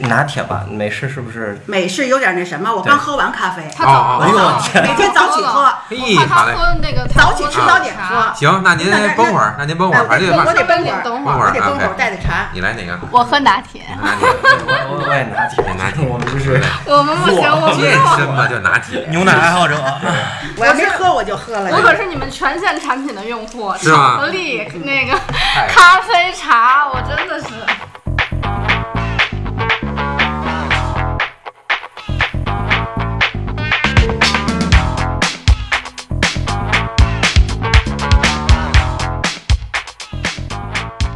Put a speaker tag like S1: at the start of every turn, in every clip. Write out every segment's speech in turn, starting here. S1: 拿铁吧，美式是不是？
S2: 美式有点那什么，我
S1: 对
S2: 刚喝完咖啡，
S3: 太早
S1: 哎呦
S3: 了，
S1: 我天！
S2: 每天早起 喝，
S3: 嘿
S4: 我怕
S3: 好嘞
S4: 他喝那个
S2: 早起吃早点喝
S4: 茶。。
S3: 行，那您
S2: 那那
S3: 甭会儿，那您甭会
S2: 哎
S3: 儿，还是得
S2: 我
S3: 慢
S2: 我。得
S4: 慢
S2: 奔会儿，
S4: 等
S3: 会儿啊
S2: 我得奔会儿
S3: OK
S2: 带的茶。
S3: 你来哪个？
S5: 我喝拿铁，
S3: 拿铁，
S1: 我我我也拿铁，
S3: 拿 铁
S1: 我们就是
S5: 我们不行，我们
S3: 健
S5: 不
S3: 身嘛就拿铁，
S6: 牛奶爱好者，
S2: 我要没喝我就喝了。
S5: 我可是你们全线产品的用户，
S3: 是吗
S5: 巧克力、那个
S3: 哎
S5: 咖啡茶，我真的是。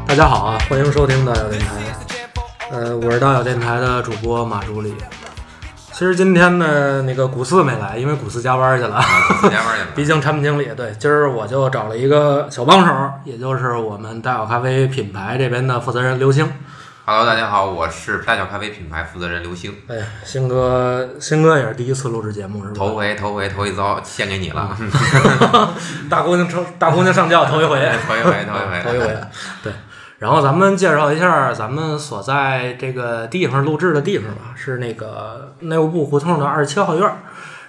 S7: 大家好啊，欢迎收听大小电台。呃，我是大小电台的主播马助理。其实今天呢，那个古四没来，因为古四加班去了。
S3: 自家玩去了。
S7: 毕竟产品经理，对，今儿我就找了一个小帮手，也就是我们大小咖啡品牌这边的负责人刘星。
S3: Hello，大家好，我是大小咖啡品牌负责人刘星，
S7: 哎呀，星哥，星哥也是第一次录制节目是吧
S3: 头？回头回头一遭献给你了，
S7: 嗯 大姑娘成大姑娘上轿头一回，
S3: 哎头一回头一回
S7: 头 一回，哎对。然后咱们介绍一下咱们所在这个地方录制的地方吧，是那个内务部胡同的二十七号院儿。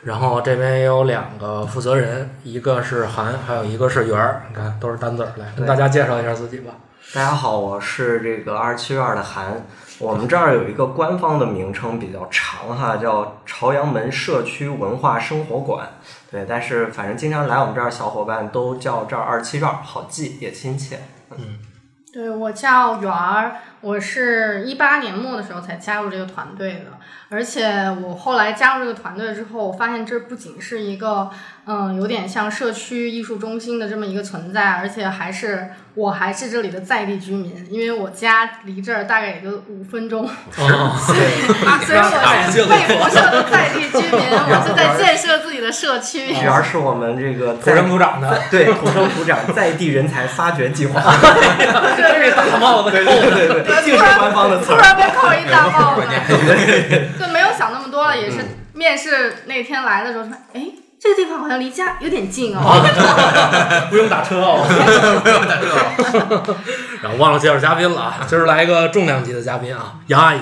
S7: 然后这边有两个负责人，一个是韩，还有一个是圆儿。你看，都是单字儿，来跟大家介绍一下自己吧。
S1: 大家好，我是这个二七院的韩。我们这儿有一个官方的名称比较长哈，叫朝阳门社区文化生活馆。对，但是反正经常来我们这儿的小伙伴都叫这儿二七院，好记也亲切。
S4: 对，我叫圆儿，我是一八年末的时候才加入这个团队的，而且我后来加入这个团队之后，我发现这不仅是一个嗯，有点像社区艺术中心的这么一个存在，而且还是我还是这里的在地居民，因为我家离这儿大概也就五分钟，
S7: 哦
S4: 啊，所以我是被辐射的在地居民，我是在建设自己的社
S3: 哎
S4: 区。
S1: 这儿是我们这个
S7: 土
S1: 在
S7: 生土长的，
S1: 对土生土长在地人才发掘计划。
S7: 这是大 帽子
S1: 对对对对对，竟是官方的词
S5: 突
S1: 儿。
S5: 然被扣一大帽子， 就没有想那么多了。也是面试那天来的时候说，哎，这个地方好像离家有点近哦。
S7: 不用打车哦。然后忘了介绍嘉宾了啊，今儿来一个重量级的嘉宾啊，杨阿姨。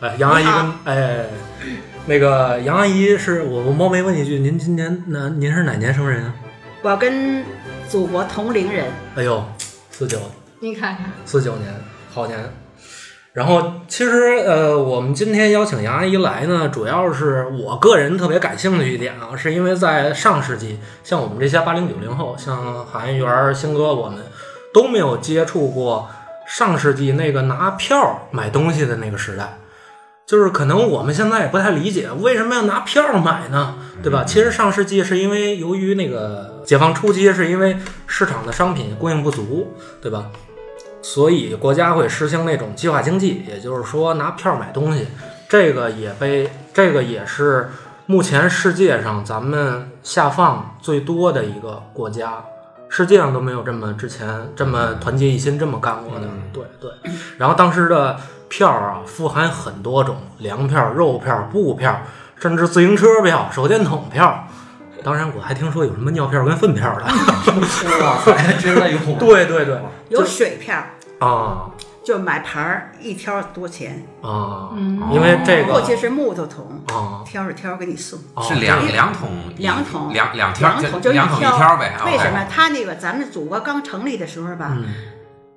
S7: 哎，杨阿姨跟哎，那个杨阿姨是我我冒昧问一句，您今年那您是哪年生人啊？
S2: 我跟祖国同龄人，
S7: 哎呦，四九
S4: 你看看，
S7: 四九年，好年。然后其实呃，我们今天邀请杨阿姨来呢，主要是我个人特别感兴趣一点啊，是因为在上世纪，像我们这些八零九零后，像韩元、星哥我们都没有接触过上世纪那个拿票买东西的那个时代。就是可能我们现在也不太理解为什么要拿票买呢，对吧？其实上世纪是因为由于那个解放初期是因为市场的商品供应不足，对吧？所以国家会实行那种计划经济，也就是说拿票买东西，这个也被这个也是目前世界上咱们下放最多的一个国家，世界上都没有这么之前这么团结一心这么干过的。对对，然后当时的票啊，富含很多种，粮票、肉票、布票，甚至自行车票、手电筒票。当然，我还听说有什么尿票跟粪票的。
S1: 哇塞，真的有。
S7: 对对对，
S2: 有水票，
S7: 啊
S2: 就买盘儿一挑多钱，
S7: 啊，
S4: 嗯
S7: 因
S3: 哦
S7: 为这个
S2: 过去是木头桶，
S7: 啊，
S2: 挑着挑着给你送。
S7: 哦
S3: 是两两桶一
S2: 两桶
S3: 两两条
S2: 两
S3: 就
S2: 桶就
S3: 两
S2: 一
S3: 桶一
S2: 挑
S3: 挑呗，啊哦
S2: 为
S3: OK
S2: 什么？他那个咱们祖国刚成立的时候吧，
S7: 嗯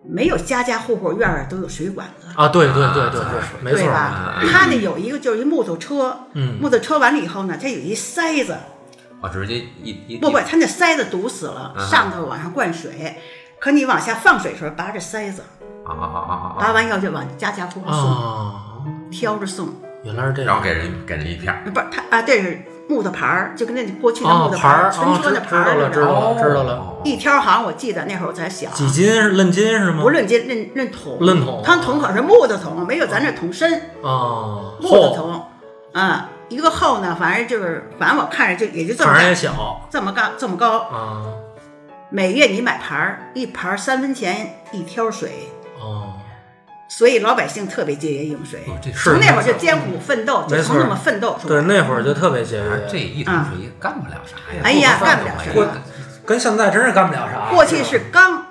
S2: 没有家家户户院院都有水管子，
S7: 啊，对对对对对，没
S2: 对
S7: 错，啊
S2: 吧？他那有一个就是一木头车，
S7: 嗯
S2: 木头车完了以后呢，它有一塞子，
S3: 我哦直接一啊一
S2: 不不，它那塞子堵死了，
S7: 啊
S3: 嗯
S2: 上头往上灌水，可你往下放水的时候拔着塞子，
S3: 啊啊啊啊啊
S2: 拔完以后就往家家户户送，
S7: 啊，
S2: 挑着送，
S7: 原来是这
S3: 啊！然
S7: 样
S3: 后给人给人一片儿，
S2: 不是它啊，这是木头牌儿，就跟那过去的
S7: 啊，
S2: 木头
S7: 牌
S2: 儿，
S7: 儿
S2: 春
S7: 啊，
S2: 车
S7: 知
S2: 那
S7: 知
S2: 牌儿
S7: 道
S2: 那
S7: 了知
S2: 种，
S7: 道了知道了，
S3: 哦
S2: 一挑好像我记得那会儿我才小，
S7: 几斤是论斤是吗？
S2: 不论斤论论桶，
S7: 论桶
S2: 它桶可是木头桶，没有咱这桶深。
S7: 啊，
S2: 木头
S7: 厚，
S2: 头，嗯，一个厚呢，反正就是，反正我看着就也就这么
S7: 反正也
S2: 大，
S7: 小
S2: 这么高，这么高。
S7: 啊，
S2: 每月你买盘儿，一盘儿三分钱一挑水，
S7: 哦，
S2: 所以老百姓特别节约用水。
S3: 哦这
S2: 从
S7: 是
S2: 那会儿就艰苦奋斗，就
S7: 没
S2: 从
S7: 错
S2: 那么奋斗出
S7: 对，
S2: 来。
S7: 那会儿就特别节
S3: 啊这
S7: 约，
S3: 一桶水也干不了啥呀！
S2: 哎呀干不了啥
S3: 啥。
S7: 跟现在真是干不了啥。
S2: 过去是钢，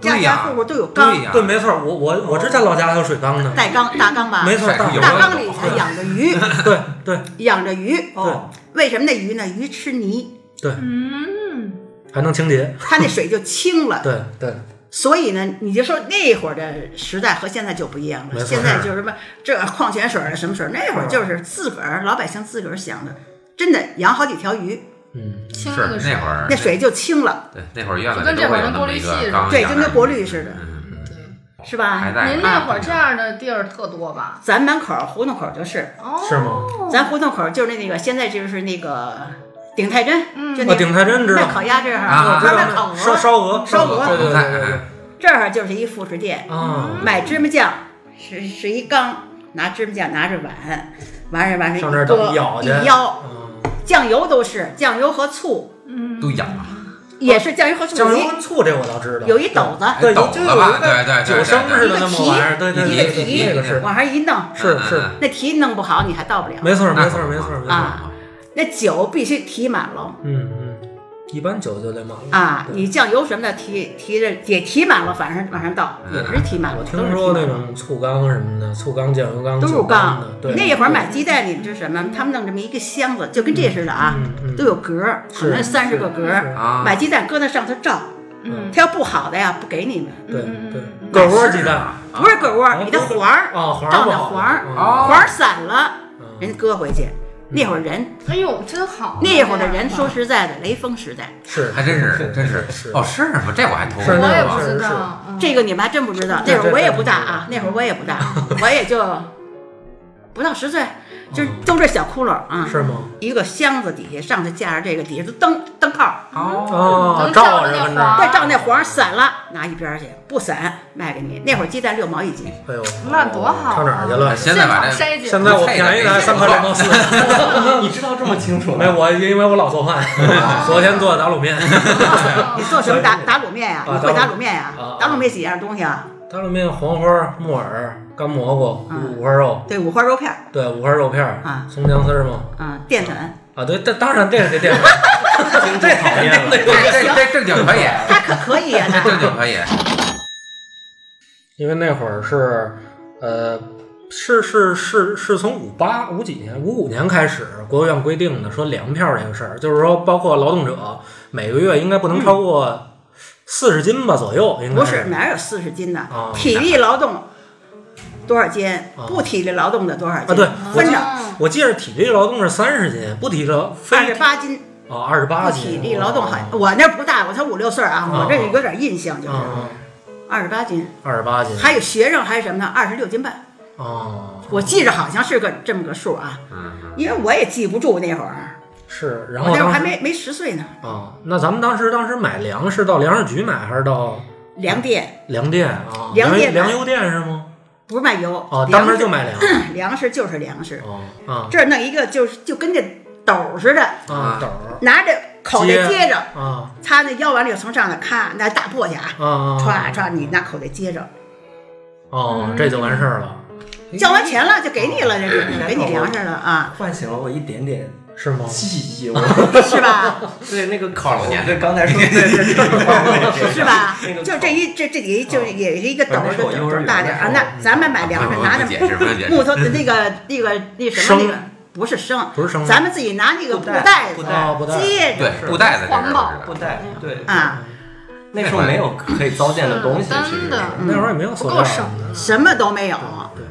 S2: 家
S3: 对
S2: 家
S3: 呀
S2: 户户都有缸
S3: 对，呀，啊
S7: 对，没错，我我我之前老家还有水缸呢，
S2: 带缸大缸吧，
S7: 没错，大
S3: 有
S2: 大缸里还养着鱼，
S7: 对对
S2: 养着鱼。
S1: 哦，
S2: 为什么那鱼呢？鱼吃泥，
S7: 对，
S5: 嗯，
S7: 还能清洁，
S2: 它那水就清了。
S7: 对对，
S2: 所以呢，你就说那会儿的时代和现在就不一样
S7: 没
S2: 了。
S7: 错
S2: 现在就是什么这矿泉水儿什么水儿，那会儿就是自个儿老百姓自个儿想的，真的养好几条鱼，
S7: 嗯，
S4: 清那
S3: 是
S4: 个水
S3: 那会儿
S2: 那水就清了，
S3: 对那会儿院子
S4: 就跟
S3: 里都
S4: 这会儿
S3: 会有
S4: 的
S3: 那
S4: 过
S3: 么
S4: 滤
S3: 一
S4: 器
S3: 个
S4: 似的
S3: 缸一
S2: 对
S3: 样
S2: 就跟过滤似的
S3: 嗯嗯嗯，
S2: 是吧？
S3: 还在
S4: 啊
S3: 啊
S4: 您那会儿这样的地儿特多吧？
S2: 咱门口儿胡同口儿就是，
S4: 哦，
S7: 是吗？
S2: 咱胡同口儿就是那个现在就是那个顶泰真，就
S7: 啊，
S2: 那
S7: 顶泰真知道
S2: 卖，烤鸭这儿，
S3: 啊
S2: 卖
S7: 知
S2: 烤
S7: 道
S2: 鹅，
S7: 烧烧鹅，
S2: 烧鹅
S7: 对对对对对，
S2: 这儿就是一副食店，
S3: 嗯
S7: 啊，
S2: 买芝麻酱是是一缸，拿芝麻酱拿着碗，完了完了，
S7: 上这儿
S2: 一搁
S7: 等舀去
S2: 一舀，
S7: 嗯
S2: 酱油都是酱油和醋，
S5: 嗯
S3: 都养啊了，
S2: 也是酱油和醋，
S7: 酱
S2: 有
S7: 油
S2: 一
S7: 跟醋这我倒知道，
S2: 有一斗子，
S7: 对，
S3: 抖
S7: 有就有
S3: 了吧？
S7: 一
S3: 对
S7: 个
S3: 对对，
S7: 酒生
S2: 一
S7: 似的
S2: 个
S7: 那么
S2: 皮
S7: 玩意儿，对对
S3: 一
S7: 对
S3: 个
S7: 对，
S3: 皮嗯
S7: 那个是
S2: 往上一弄，
S7: 是是，
S2: 那蹄弄不好你还倒不了，
S7: 没错没错没错
S4: 嗯
S7: 没错，
S2: 啊那酒必须提满喽。
S7: 嗯嗯，一般酒就得满了
S2: 啊，
S7: 对
S2: 你酱油什么的提提着也提满了，反正往上倒也是提满了，
S7: 我
S2: 都
S7: 听
S2: 是提
S7: 说
S2: 满
S7: 那
S2: 了
S7: 种醋缸什么的，醋缸、酱油缸
S2: 都是
S7: 酒
S2: 缸
S7: 的，。对，
S2: 那会儿买鸡蛋，你知什么？他们弄这么一个箱子，就跟这似的啊，
S7: 嗯嗯
S2: 都有格儿，可
S7: 是
S2: 能三十个格
S4: 嗯
S2: 儿。
S3: 啊，
S2: 买鸡蛋搁那上头照，
S5: 嗯
S2: 它要不好的呀，不给你们。
S7: 对
S5: 嗯
S7: 对
S5: 嗯，
S7: 狗窝鸡蛋
S3: 啊
S2: 不是狗窝儿，你的黄儿
S7: 啊，黄
S2: 照
S7: 儿不
S2: 那
S7: 好
S2: 黄儿，
S3: 哦
S2: 黄儿散了，
S7: 嗯
S2: 人搁回去。那会儿人，
S4: 哎呦，真好。
S2: 那会儿的人，说实在的，雷锋时代，
S7: 是
S3: 还真是真
S7: 是
S3: 是哦，是吗？这我还头啊
S7: 是
S4: 我
S7: 那
S4: 也
S7: 会
S4: 不
S7: 儿
S4: 知
S7: 是
S4: 道，嗯
S2: 这个你们还真不知道。
S7: 这
S2: 那会儿我
S7: 这
S2: 也
S7: 这嗯
S2: 不大啊，那会儿我也不大，我也就不到十岁，就是都是小窟窿啊。
S7: 嗯是吗？
S2: 一个箱子底下上头架着这个，底下都灯灯泡儿，
S3: 哦，
S7: 哦，
S4: 能
S7: 照
S4: 照
S7: 着
S4: 着那
S7: 跟这儿，
S4: 黄
S2: 再照那黄儿散了，拿一边儿去；不散，卖给你。那会儿鸡蛋六毛一斤，
S7: 哎呦，
S4: 那多好啊
S7: 上哪儿去了？
S3: 现在
S4: 现场
S3: 把这
S4: 筛检
S7: 现在我便宜的还三块两毛四，
S1: 你知道这么清楚
S7: 没
S1: 吗？
S7: 我因为我老 做饭，
S2: 啊
S7: 昨天做的打卤面，哦
S2: 你做什么打打卤面呀？
S7: 啊
S2: 你会打卤面呀
S7: 打卤？
S2: 打卤面几样东西啊？
S7: 打卤面黄花、木耳、干蘑菇、
S2: 嗯
S7: 五花肉，
S2: 对，五花肉片儿，
S7: 对，五花肉片儿
S2: 啊
S7: 葱姜丝儿嘛，
S2: 嗯，淀粉。
S7: 啊，对，这当然这是 这淀粉，这肯定得有。
S3: 这这这正 经可以，
S2: 他可可以呀，
S7: 嗯
S3: 这正
S2: 那
S3: 经可以，
S7: 因为那会儿是，呃，是是是是从五八五几年五五年开始，国务院规定的说粮票这个事儿，就是说包括劳动者每个月应该不能超过四十斤吧左右，应该
S2: 不是哪有四十斤
S7: 哦
S2: 的？体力劳动多少斤
S7: 哦？
S2: 不体力劳动的多少
S7: 啊，
S2: 斤？
S7: 对，我
S2: 分
S7: 记
S2: 着
S7: 我记着体力劳动是三十斤，不体力劳非
S2: 二十八斤。
S7: 哦二十八
S2: 不
S7: 斤啊
S2: 体力劳动好像，我那不大，我才五六岁儿啊，
S7: 哦
S2: 我这有点印象，就是
S7: 啊
S2: 二十八斤。
S7: 二十八斤，
S2: 哦还有学生还是什么呢？二十六斤半。
S7: 哦
S2: 我记着好像是个这么个数啊，
S3: 嗯，
S2: 因为我也记不住那会儿，
S7: 是，然
S2: 我
S7: 后
S2: 那会儿
S7: 当
S2: 还
S7: 时
S2: 没没十岁呢。
S7: 啊，那咱们当时当时买粮是到粮食局买还是到
S2: 粮店
S7: 粮店啊？
S2: 粮店买
S7: 粮油店是吗？
S2: 不是卖油，
S7: 哦，
S2: 粮
S7: 当时
S2: 食
S7: 就买粮
S2: 粮食就是粮食，
S7: 哦啊
S2: 这儿弄一个就是就跟这斗似的，
S7: 啊斗儿
S2: 拿着口袋
S7: 接
S2: 接着，
S7: 啊
S2: 他那腰完了以后从上头咔那大簸箕啊，
S7: 啊啊
S2: 歘歘你拿口袋接着，嗯
S7: 哦，这就完事儿了，哎
S2: 交完钱了就给你了，这是给你粮食了啊，
S1: 唤醒了我一点点
S7: 是吗？
S1: 记忆， 我
S2: 是吧？
S1: 对那 个
S3: 靠
S1: 烤
S3: 老年
S1: 对刚才说的这个
S2: 是吧
S1: 那个？
S2: 就这一这这底就是也是一个斗
S1: 那
S2: 儿，
S1: 是我
S2: 就
S1: 幼儿园
S2: 斗大点儿啊。
S1: 的时候
S2: 那咱们买粮食拿着
S3: 嗯不解释不解
S2: 木
S3: 释，
S2: 头的那个那个那什么那个
S7: 生
S2: 不是生，
S7: 不是生的
S2: 咱们自己拿那个布袋
S1: 布
S2: 子
S1: 袋
S7: 啊，不带
S2: 接着
S3: 对布袋子这事儿
S1: 布袋，对，
S2: 啊，
S1: 那时候没有可以糟践的东西，
S4: 是
S1: 其实
S4: 真的
S1: 是
S7: 嗯那会儿也没有
S4: 不
S7: 塑料
S4: 够省的，
S2: 什么都没有。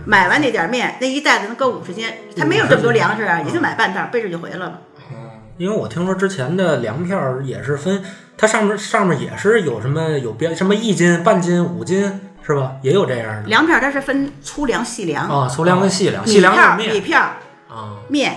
S2: 买完那点面，那一袋子能搁五十斤，他没有这么多粮食啊，也就买半袋，背着就回来了。
S7: 因为我听说之前的粮票儿也是分，它上面上面也是有什么有标什么一斤、半斤、五斤是吧？也有这样的
S2: 粮票它是分粗粮、细粮，
S7: 啊，粗粮跟细粮，细
S2: 米
S7: 粮
S2: 票、
S7: 是
S2: 米
S7: 面
S2: 票、
S7: 啊
S2: 面、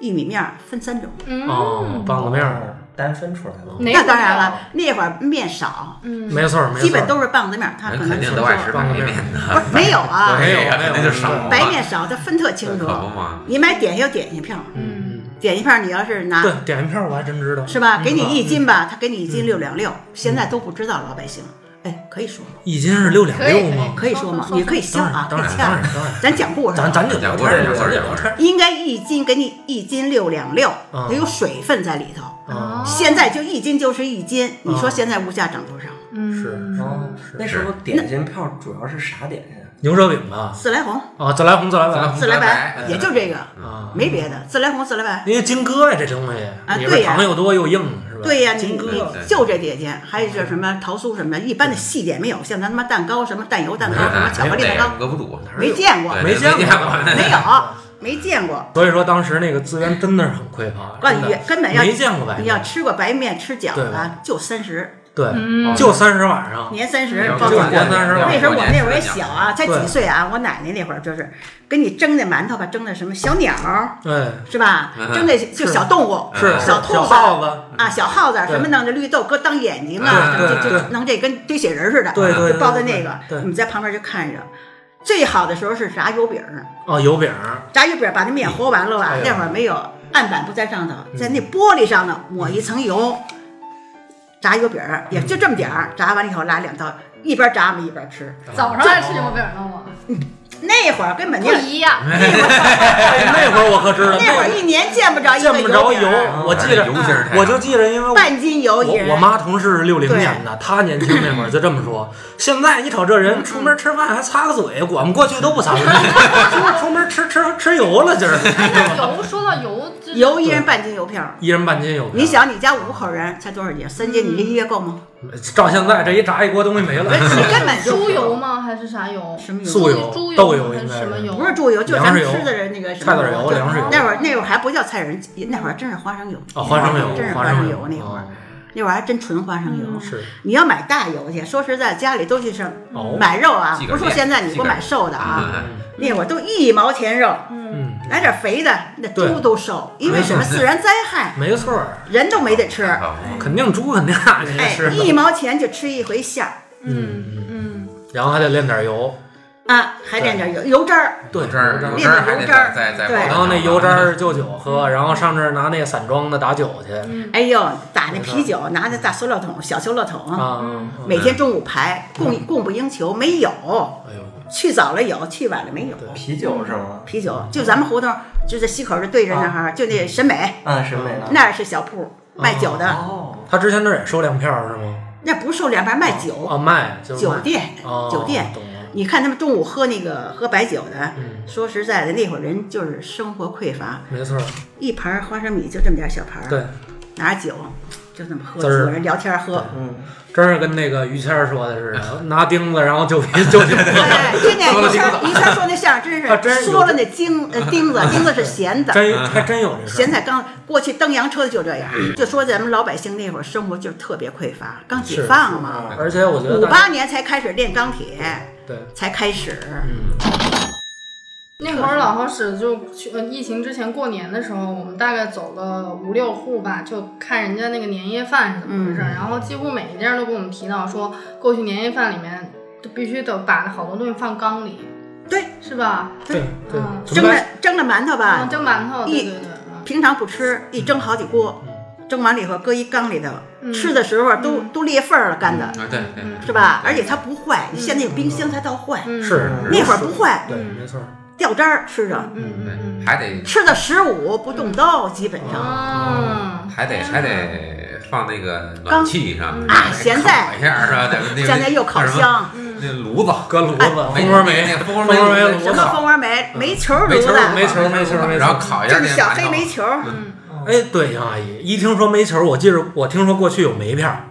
S2: 玉米面分三种。
S5: 嗯
S7: 哦，棒子面儿，
S1: 单分出来了。
S4: 哪
S2: 那
S4: 个
S2: 当然了，那会儿面少，
S5: 嗯
S7: 没错儿没错儿，
S2: 基本都是棒子面，他可
S3: 人
S2: 能
S3: 肯定
S2: 是
S3: 都
S2: 做
S3: 爱吃
S7: 棒
S3: 白
S7: 子
S3: 面
S7: 面
S3: 的，
S2: 不是没有啊，
S7: 没有没有
S3: 那就少了，
S2: 白面嗯少，它分特清楚
S3: 可。不嘛，
S2: 你买点心有点心票，
S7: 嗯
S2: 点心票你要是拿
S7: 对点心票儿我还真知道
S2: 是吧？给你
S7: 嗯
S2: 一斤吧，他给你一斤六两六，现在都不知道老百姓。哎，可以说吗？
S7: 嗯一斤是六两
S4: 可以
S7: 六
S4: 可以
S7: 吗？
S2: 可以说吗？你可以削
S7: 当
S2: 啊
S7: 然，
S2: 可
S7: 当
S2: 以
S7: 然
S2: 掐
S7: 当然
S2: 啊。
S7: 当然，
S2: 咱讲故事啊，
S7: 咱咱就
S3: 讲
S7: 聊这
S3: 故事
S7: 儿，
S3: 讲故事
S7: 咱就
S3: 讲
S7: 聊
S3: 故
S7: 这
S3: 事
S7: 儿
S2: 应该一斤给你一斤六两六，
S7: 啊
S2: 得有水分在里头。
S7: 啊嗯
S2: 现在就一斤就是一斤，你说现在物价涨多少？
S4: 嗯，
S7: 是
S1: 哦，那时候点心票主要是啥点心啊？
S7: 牛舌饼吧？
S2: 自来红、
S7: 啊，自来红，自来
S2: 嗯
S7: 白哎
S2: 自来
S3: 嗯
S2: 白，也就这个，
S7: 啊，
S2: 没别的，自来红、自来白。
S7: 因为金哥呀，这东西
S2: 啊
S7: 里
S2: 对
S7: 边
S2: 呀
S7: 糖又多又硬，是吧？
S2: 对呀，你
S7: 金
S2: 你
S7: 哥
S3: 对
S2: 就这点心，还有就是什么桃酥什么的，一般的细点没有，像咱他妈蛋糕什么蛋
S3: 哎
S2: 油蛋糕什么啊巧克力蛋糕，
S3: 饿不住，
S2: 没见过，
S7: 哎没见过，
S2: 没有，没见过。
S7: 所以说当时那个资源真的是很匮乏，
S2: 那
S7: 真的
S2: 也根本要
S7: 没见过白
S2: 你要
S7: 面，
S2: 吃过白面吃饺
S7: 对
S2: 子，就三十，
S7: 对，
S4: 嗯
S7: 就三十晚上，
S2: 年三十
S3: 嗯
S2: 包
S7: 就是
S2: 饺子。
S7: 年三十晚
S2: 那
S7: 上
S2: 时候我们那会儿也小啊，才
S7: 对
S2: 几岁啊，我奶奶那会儿就是给你蒸那馒头吧，蒸的什么小鸟儿
S7: 对，
S2: 是吧？
S3: 嗯
S2: 蒸的就是小动物
S7: 是
S2: 小兔子
S7: 耗呃子，
S2: 啊，小耗子
S7: 对
S2: 什么弄的绿豆搁当眼睛啊，
S7: 对
S2: 就
S7: 对
S2: 就
S7: 对
S2: 就弄这跟堆雪人似的，
S7: 对对
S2: 就包在那
S7: 对
S2: 个，
S7: 对
S2: 你在旁边就看着。最好的时候是炸油饼儿，
S7: 哦，油饼儿，
S2: 炸油饼儿把那面和完了吧
S7: 哎，呦嗯
S2: 那会儿没有案板不在上头，在那玻璃上呢抹一层油，炸油饼儿也就这么点儿，炸完了以后拉两刀，一边炸我们一边吃。
S4: 早上还吃油饼呢，我
S2: 那会儿根本就
S5: 不一样。
S7: 哎那会儿我可知道，
S2: 那会儿一年见不着一
S7: 见
S2: 个
S7: 不着
S2: 饼
S7: 油
S2: 儿，
S7: 我记着
S3: 哎油性儿太大
S7: 我就记着，因为我
S2: 半斤油一人。
S7: 我我妈同事是六零
S2: 对
S7: 年的，她年轻那会儿就这么说。现在你瞅这人出门吃饭还擦个嘴，我们过去都 不擦嘴，出出门吃吃吃油了，今儿
S5: 那油说到油，就是
S2: 油一人半斤油票儿。
S7: 一人半斤油。
S2: 你，想，你家五口人才多少斤？三斤，你这一月够吗？
S7: 照现在这一炸一锅东西没了，
S2: 你根本就
S5: 猪油吗？还是啥油？
S2: 什么油？
S7: 素油
S5: 猪、
S7: 豆
S5: 还
S7: 应
S5: 是
S7: 该
S5: 什么
S7: 是
S5: 油？
S2: 不是猪油，就是咱们吃的人那个什么
S7: 菜籽儿油、
S2: 就
S7: 粮食油。
S2: 那会儿那会儿还不叫菜籽儿，那会儿真是花生油
S7: 哦，花生油，
S2: 嗯真是
S7: 花
S2: 花生
S7: 生
S2: 油那会儿，
S7: 哦
S2: 那会儿还真纯花生油。
S7: 是
S2: 你要买大油去，说实在，家里都去上
S7: 哦，
S2: 买肉啊，
S3: 自
S2: 不
S3: 个儿
S2: 是说现在你
S3: 自
S2: 给
S3: 个
S2: 我
S3: 儿
S2: 买瘦的啊，
S3: 嗯
S2: 那会儿都一毛钱肉，
S7: 嗯，
S2: 来点肥的，那猪
S7: 对
S2: 都瘦，因为
S7: 没
S2: 什么自然灾害，
S7: 没错儿，
S2: 人都没得吃，
S3: 哦
S7: 肯定猪肯定大这
S2: 哎
S7: 是，，
S2: 一毛钱就吃一回馅儿
S4: 嗯嗯，
S7: 然后还得炼点油，
S2: 啊，还练点油油汁儿，
S7: 对，
S3: 这儿
S7: 油
S3: 有
S7: 汁
S3: 汁
S7: 儿
S3: 儿还得再再再
S7: 然后那油渣儿就酒喝，然后上这儿拿那散装的打酒去
S4: 嗯
S2: 哎呦，打那啤酒，拿那大塑料桶、小塑料桶，
S7: 啊，
S2: 每天中午排，供
S7: 嗯
S2: 供不应求，没有，
S7: 哎呦。
S2: 去早了有，去晚了没有。
S1: 啤酒是吗？
S2: 啤
S7: 嗯
S2: 酒就咱们胡同，就在西口这对着那哈儿，就那审美
S1: 啊，审美啊。
S2: 那儿是小铺
S7: 嗯
S2: 卖酒的，
S1: 哦，
S7: 他之前那儿也收粮票是吗？
S2: 那不是售两边卖酒，
S7: 啊，卖就是
S2: 酒
S7: 卖
S2: 店
S7: 哦，
S2: 酒店。
S7: 懂了。
S2: 你看他们中午喝那个喝白酒的，
S7: 嗯
S2: 说实在的，那会儿人就是生活匮乏，
S7: 没错儿，
S2: 一盘儿花生米就这么点儿小盘儿，
S7: 对，
S2: 拿酒就这么喝，
S7: 滋
S2: 几
S7: 儿
S2: 个人聊天儿喝，
S1: 嗯，
S7: 真是跟那个于谦儿说的似的，拿钉子，然后就啤就酒
S2: 哎，真
S3: 说
S2: 的，于
S3: 了钉
S2: 谦
S3: 子
S2: 于谦说那相声
S7: 啊
S2: 真
S7: 真
S2: 是
S7: 有
S2: 说了那钉 呃钉子，钉子是咸的，
S7: 真还真有这事
S2: 咸
S7: 儿。
S2: 菜刚过去蹬洋车的就这样，
S7: 嗯
S2: 就说咱们老百姓那会儿生活就特别匮乏，刚解放嘛，
S7: 而且啊我觉得
S2: 五
S7: 大家
S2: 八年才开始炼钢铁，
S7: 对，
S2: 才开始，
S4: 那会儿老好使，就去呃疫情之前过年的时候，我们大概走了五六户吧，就看人家那个年夜饭是怎么回
S2: 嗯
S4: 事儿，然后几乎每一家都跟我们提到说，过去年夜饭里面就必须得把好多东西放缸里，
S2: 对，
S4: 是吧？
S7: 对对
S4: 嗯，
S7: 从
S2: 蒸
S7: 来
S2: 了蒸了馒头
S4: 嗯，
S2: 吧，
S4: 蒸馒头，对
S2: 一
S4: 对对，嗯
S2: 平常不吃，一蒸好几锅，
S7: 嗯
S2: 蒸完了以后搁一缸里头，
S4: 嗯
S2: 吃的时候都都裂缝儿了，干的
S3: 啊对对，
S7: 嗯
S2: 是吧？而且它不坏，你现在有冰箱它倒坏，
S4: 嗯
S7: 是
S2: 那会儿不坏，
S7: 对，没错儿，
S2: 掉渣儿吃着，
S4: 嗯嗯嗯，
S3: 还得
S2: 吃到十五不动刀，基本上。
S7: 嗯
S4: 啊，
S3: 还得还得放那个暖气上
S2: 嗯啊
S3: 烤一下是吧？那
S2: 现在又烤箱，
S3: 那炉子
S7: 搁炉子、嗯蜂窝
S3: 蜂
S7: 煤、
S3: 那蜂
S7: 蜂
S3: 窝
S7: 窝煤
S3: 煤
S7: 炉
S2: 什
S7: 子
S2: 么，蜂窝煤、煤球炉
S7: 嗯煤球
S2: 子
S7: 儿、煤球儿、煤球儿、煤球
S3: 然后
S7: 儿。
S3: 烤一下
S2: 就是
S3: 那
S2: 小黑煤球儿，
S7: 哎，对，杨阿姨，一听说煤球儿，我记着我听说过去有煤片儿，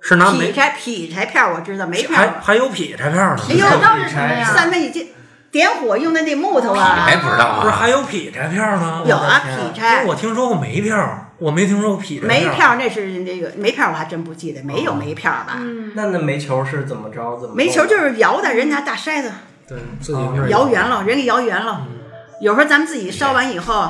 S7: 是拿
S2: 劈
S7: 煤
S2: 柴劈柴片儿我知道，煤片
S7: 还
S2: 儿
S7: 还有劈柴片儿呢，
S2: 哎呦
S5: 那到底是什么呀？
S2: 三分一斤，点火用的那木头啊，
S3: 还不知道
S7: 不是
S3: 啊？
S7: 还有劈柴片儿呢？
S2: 有啊，劈
S7: 不
S2: 柴
S7: 是。我听说过煤票儿，我没听说过劈柴
S2: 煤
S7: 票
S2: 票儿那是那个煤票，我还真不记得，没
S3: 嗯
S2: 有煤票吧？
S4: 嗯
S1: 那那煤球是怎么着？怎么
S2: 煤球就是摇的，人拿大筛子
S7: 儿，对自己那儿
S2: 摇圆了，人给摇圆了。
S3: 嗯
S2: 有时候咱们自己烧完以 后，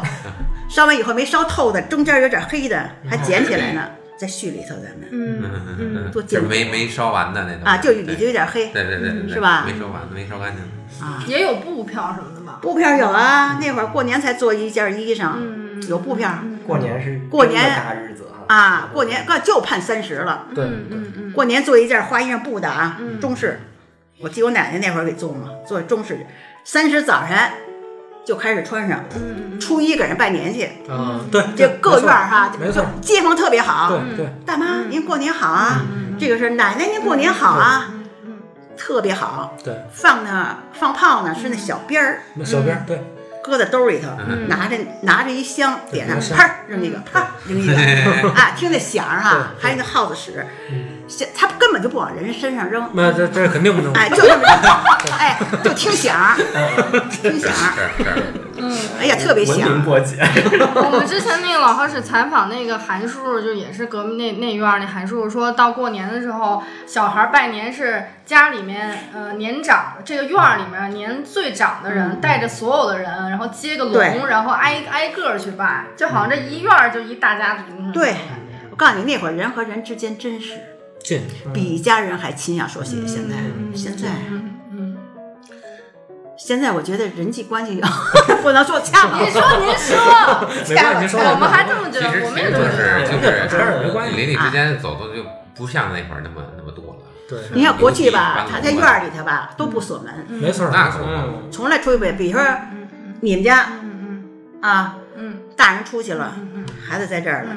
S2: 烧完以后没烧透的，中间有点黑的，还捡起来呢，再续里头咱们
S3: 嗯
S2: 做
S3: 就
S2: 建
S3: 没没烧完的那
S2: 啊，就里头有点黑
S3: 对嗯对对没烧完的，没烧干净。
S2: 啊。
S4: 也有布票什么的吧？
S2: 布票有啊，那会儿过年才做一件衣裳，
S4: 嗯
S2: 有布票
S1: 过年是
S2: 过年
S1: 真的大日子啊！
S2: 啊。过年哥就盼三十了，
S7: 对，
S4: 嗯
S2: 过年做一件花衣裳布的啊，中式。我记得我奶奶那会儿给做嘛，做中式，三十早晨就开始穿上，
S4: 嗯
S2: 初一给人拜年去。
S7: 啊对，
S2: 这各院儿哈，嗯
S7: 没错儿
S2: 街坊特别好。
S7: 对对
S2: 大妈，您过年好啊！这个事儿，奶奶您过年好啊，
S5: 嗯嗯
S2: 特别好，
S7: 对，
S2: 放那放炮呢是那小鞭儿，
S7: 那嗯小边儿对，
S2: 搁在兜里头，
S3: 嗯
S2: 拿着拿着一香，
S7: 对
S2: 点上
S7: 拿香
S2: 啪扔一个，啪扔一个，啊，听那响儿哈，还有那耗子屎，响他根本就不往人身上扔，
S7: 那这这肯定不能。
S2: 哎，就这么着， 哎，就听响儿， 听响儿，
S3: 是是是，
S2: 哎呀，特别
S1: 文
S2: 响
S1: 明，过节，
S4: 我们之前那个老号室采访那个韩叔叔，就也是革命那那院儿那韩叔叔说到过年的时候，小孩儿拜年是家里面呃年长这个院儿里面年最长的人带着所有的人，然后接个
S2: 对
S4: 龙，然后挨挨个儿去拜，就好像这一院儿就一大家族。
S2: 对。我告诉你，那会儿人和人之间真是
S7: 进
S2: 比家人还亲呀，说
S4: 嗯
S2: 起现在，现在，现在我觉得人际关系 不能说掐了
S4: 您，说，您说，
S7: 没关系，您说
S4: 我们
S7: 吧。
S4: 还这么觉
S3: 其
S4: 得，
S3: 实
S4: 啊我
S3: 其
S4: 们也
S3: 实
S4: 这
S3: 就
S4: 么觉得。
S3: 是就是
S7: 没关系啊
S3: 邻里之间走动就不像那会儿那么那么多了。
S7: 对，
S2: 你看国际吧
S3: 嗯，
S2: 他在院儿里头吧都不锁
S4: 嗯
S2: 门，
S7: 没错儿，
S3: 那可
S7: 没
S3: 不
S7: 错儿。
S1: 嗯，
S2: 从来出去不，比如说你们家
S5: 嗯
S2: 啊，
S5: 嗯
S2: 大人出去了，孩子在这儿了，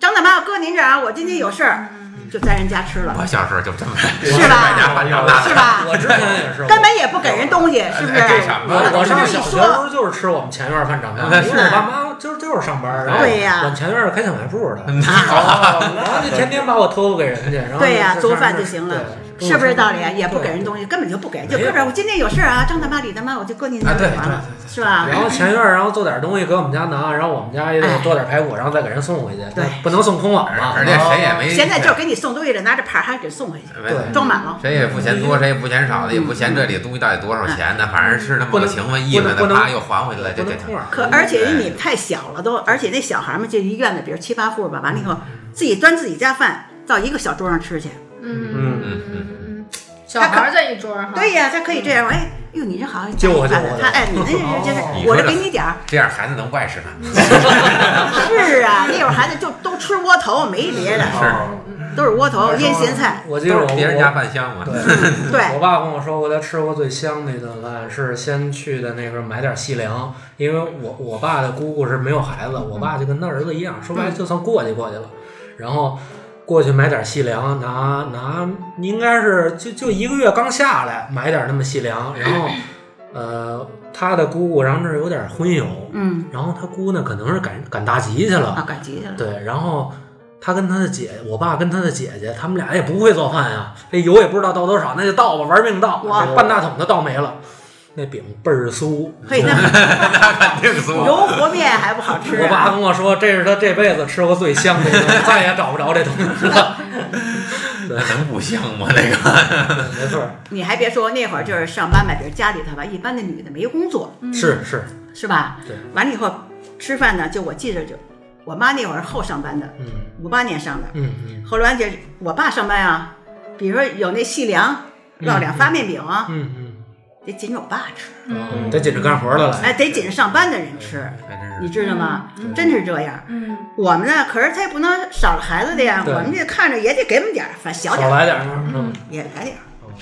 S2: 张大妈，我搁您这儿啊，我今天有事儿，就在人家吃
S7: 啊
S2: 了，
S3: 我小时候就这么
S2: 是 吧？是吧？
S7: 我之前也是，
S2: 根本也不给人东西，是不是？
S3: 哎这什么
S7: 我我上小
S2: 你
S7: 学
S2: 说
S7: 的时候就是吃我们前院饭长大的，因为我爸妈就是就是上班，然后
S2: 对呀
S7: 我们前院是开小卖部的，
S2: 啊，
S7: 然后就天天把我托付给人家，然后
S2: 对呀、
S7: 就
S2: 做饭就行了，
S7: 对
S2: 是不是道理？啊
S7: 中午吃饭
S2: 也不给人东西，根本就不给，就
S7: 没有
S2: 搁这儿。我今天有事儿啊，张大妈、李大妈，我就搁您这儿
S3: 啊对
S2: 就完了，是吧？
S7: 然后前院，然后做点东西给我们家拿，然后我们家也得做点排骨，然后再给人送回去，
S2: 哎对
S7: 不能送空碗啊嘛。
S3: 而且谁也没
S2: 现在就给你送东西了，拿着牌儿还给送回去，
S3: 对
S2: 装满了。
S3: 谁也不嫌多，谁也不嫌少的，也不嫌这里东西到底多
S2: 嗯
S3: 少钱的，反正是那么个情分意
S7: 不
S3: 分
S7: 能
S3: 的，
S7: 不能
S3: 啪又还回来了，这
S7: 不
S3: 这
S7: 能空碗，
S2: 可而且你太小了都，而且那小孩儿们就一院子，比如七八户吧，完了以后自己端自己家饭到一个小桌上吃去。
S4: 嗯
S3: 嗯嗯，
S4: 嗯，小孩儿在一桌儿哈。
S2: 对呀，他可以这样，哎，哟，你这好像
S7: 嗯就我
S2: 他
S7: 就我
S2: 他哎，你那人就是
S7: 哦
S2: 我这给你点 儿。
S3: 这样孩子能怪谁呢？
S7: 嗯
S2: 是啊，那会儿孩子就都吃窝头，没别的，都是窝头腌咸菜。
S7: 我记得
S3: 都
S7: 哦我
S3: 是别人家饭香嘛。
S7: 对，
S2: 对，
S7: 我爸跟我说过，他吃过最香的一顿饭是先去的那个买点细粮，因为我我爸的姑姑是没有孩子，我爸就跟他儿子一样，说
S2: 嗯
S7: 白了就算过去过去了，然后过去买点细粮，拿拿应该是就就一个月刚下来买点那么细粮，然后呃他的姑姑，然后那儿有点荤油，
S2: 嗯，
S7: 然后他姑呢可能是赶赶大集去了，
S2: 啊，赶集去了。
S7: 对，然后他跟他的姐，我爸跟他的姐姐，他们俩也不会做饭呀，这油也不知道倒多少，那就倒吧，玩命倒，
S2: 哇
S7: 这半大桶都倒没了。那饼倍儿酥，
S2: 嘿， 那
S3: 定死我！
S2: 油和面还不好吃
S7: 我爸
S2: 啊？
S7: 跟我说，这是他这辈子吃过最香的一顿，再也找不着这东西了。
S3: 能不香吗？那个
S7: 没错儿，
S2: 你还别说，那会儿就是上班吧，比如家里头吧，一般的女的没工作，
S7: 是是，
S2: 是吧？
S7: 对。
S2: 完了以后吃饭呢，就我记着就，我妈那会儿后上班的，
S7: 嗯
S2: 五八年上的，
S7: 嗯嗯
S2: 后来就是我爸上班啊，比如说有那细粮、烙两发面饼啊，
S7: 嗯
S2: 得紧着我爸吃，
S7: 嗯，得紧着干活的了。
S2: 哎，得紧着上班的人吃，
S3: 还真
S2: 你
S3: 是
S2: 知道吗？真是这样。
S5: 嗯
S2: 我们呢，可是他也不能少了孩子的呀，
S7: 对
S2: 我们这看着也得给我们点儿，反正小点
S7: 少
S2: 儿
S7: 来点儿，嗯，
S2: 也来点儿。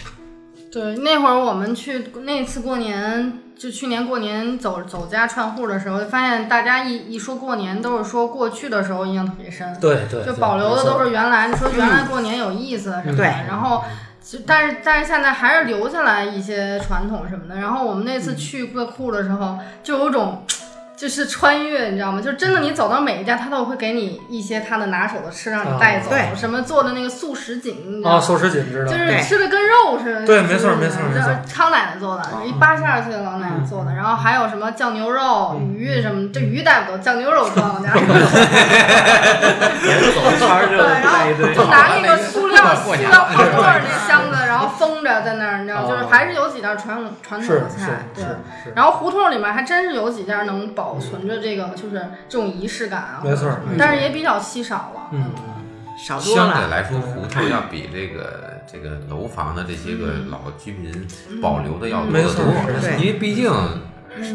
S4: 对，那会儿我们去那次过年，就去年过年走走家串户的时候，发现大家一一说过年，都是说过去的时候印象特别深，
S7: 对对，
S4: 就保留的都是原来。你说原来过年有意思什么的，
S2: 对
S7: 嗯
S4: 然后。就但是但是现在还是留下来一些传统什么的。然后我们那次
S7: 嗯
S4: 去各库的时候，就有种就是穿越，你知道吗？就真
S7: 嗯
S4: 的你走到每一家，他都会给你一些他的拿手的吃让你带走，
S2: 对
S4: 什么做的那个素食锦，你知道吗？
S7: 啊，素食锦知道
S4: 就，是
S2: 对
S4: 吃的跟肉似的。
S7: 对
S4: 就是
S7: 没错没错没错啊嗯
S4: 康奶奶做的，一八十二岁的老奶奶做的，然后还有什么酱牛肉、鱼什么，这鱼带不走，酱牛肉装我家。
S1: 沿着走一圈儿就
S4: 对，然
S1: 带
S4: 后
S1: 一堆。
S4: 就拿那个塑料塑
S3: 过年
S4: 料泡沫儿那箱子，然后封着在那儿，你知道，就是还是有几道传统传统
S7: 是
S4: 的
S7: 是
S4: 菜。对
S7: 是。是，
S4: 然后胡同里面还真是有几家能保存着这个，就是这种仪式感啊，
S7: 没错，没
S4: 但
S7: 错
S4: 是也比较稀少了。
S7: 嗯，
S2: 少多
S3: 相对
S2: 了。
S3: 来说，胡同要比这个这个楼房的这些个老居
S4: 嗯
S3: 民保留的要多得
S7: 没
S2: 嗯错
S3: 多，因为毕竟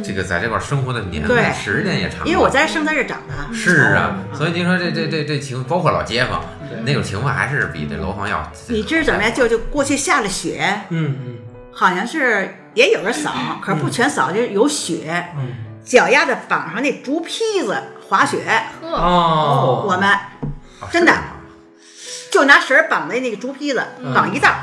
S3: 这个在这块生活的年
S2: 对
S3: 代时间也长了，
S2: 因为我在生在这儿长的，
S3: 是啊，所
S2: 嗯
S3: 以您说这这这这情，包括老街坊那种情况，还是比这楼房要。
S2: 你知怎么样？就就过去下了雪，
S7: 嗯嗯
S2: 好像是也有人扫，可是不全扫，就是有雪，
S7: 嗯，
S2: 脚丫子绑上那竹坯子滑雪。
S7: 哦，
S2: 我们
S3: 啊
S2: 真的
S3: 是吗
S2: 就拿绳儿绑在那个竹坯子，绑一道儿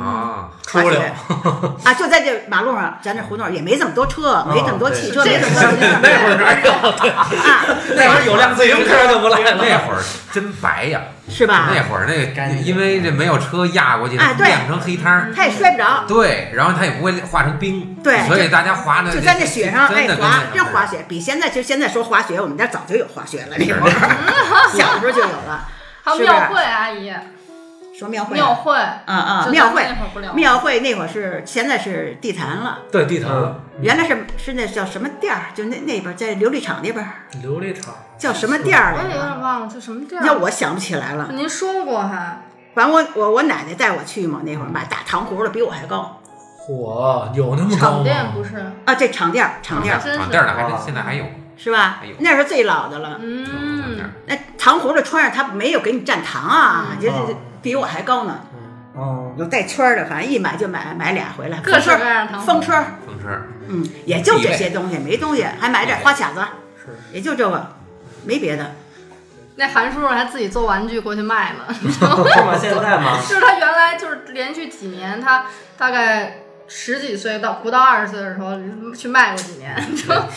S3: 啊，
S7: 出不了，
S2: 啊，就在这马路上，咱这胡同也没这么多车，没这么多汽车，
S8: 对
S2: 没这么多人
S7: 那会儿哪有？
S2: 啊，
S7: 那会儿有辆自行车就不赖了。
S3: 那会儿真白呀，
S2: 是吧？
S3: 那会儿那
S1: 干
S3: 个
S1: 净
S3: 因为这没有车压过去，
S2: 哎对
S3: 亮成黑汤儿。
S2: 他也摔不着，
S3: 对，然后它也不会化成冰，
S2: 对
S3: 所以大家滑的
S2: 就在那雪上
S3: 真
S2: 哎
S3: 的跟
S2: 滑，
S3: 那
S2: 真滑雪，比现在其实现在说滑雪，我们家早就有滑雪了，那会儿小的时候就有了，
S4: 还有
S2: 是不是
S4: 庙会阿姨，
S2: 说庙会啊，
S4: 庙会，
S2: 啊啊，
S4: 就
S2: 庙
S4: 咱
S2: 会
S4: 那会儿不聊
S2: 庙会那会儿是现在是地坛了，
S7: 对，地坛
S1: 嗯
S2: 原来是是那叫什么店儿，就那那边儿在琉璃厂那边儿
S7: 琉璃厂
S2: 叫什么店儿
S4: 我
S2: 来
S4: 也有
S2: 着？
S4: 点忘了叫什么店
S2: 那
S4: 儿。啊
S2: 我想不起来了。
S4: 您说过哈，
S2: 完我我我奶奶带我去嘛，那会儿买大糖葫芦比我还高
S7: 火有那么高
S4: 场店
S7: 吗？
S4: 不是？
S2: 啊，这厂店儿厂店儿
S4: 真是
S3: 场啊地儿呢，还
S1: 哇
S3: 真现在还有。
S2: 是吧
S3: 哎呦？
S2: 那是最老的了。
S3: 场地
S4: 嗯
S3: 儿，
S2: 那糖葫芦穿上它没有给你蘸糖啊，这这
S1: 哦
S2: 比我还高呢，
S1: 哦，
S2: 有带圈儿的，反正一买就买买俩回来，
S4: 各
S2: 风
S4: 式
S2: 车
S4: 各样的糖葫芦
S2: 风车，
S3: 风车，
S2: 嗯，也就这些东西，没东西，还买点花卡子，
S7: 是
S2: 也就这个，没别的。
S4: 那韩叔叔还自己做玩具过去卖呢。
S1: 是吗？现在吗？
S4: 就是他原来就是连续几年，他大概十几岁到不到二十岁的时候去卖过几年，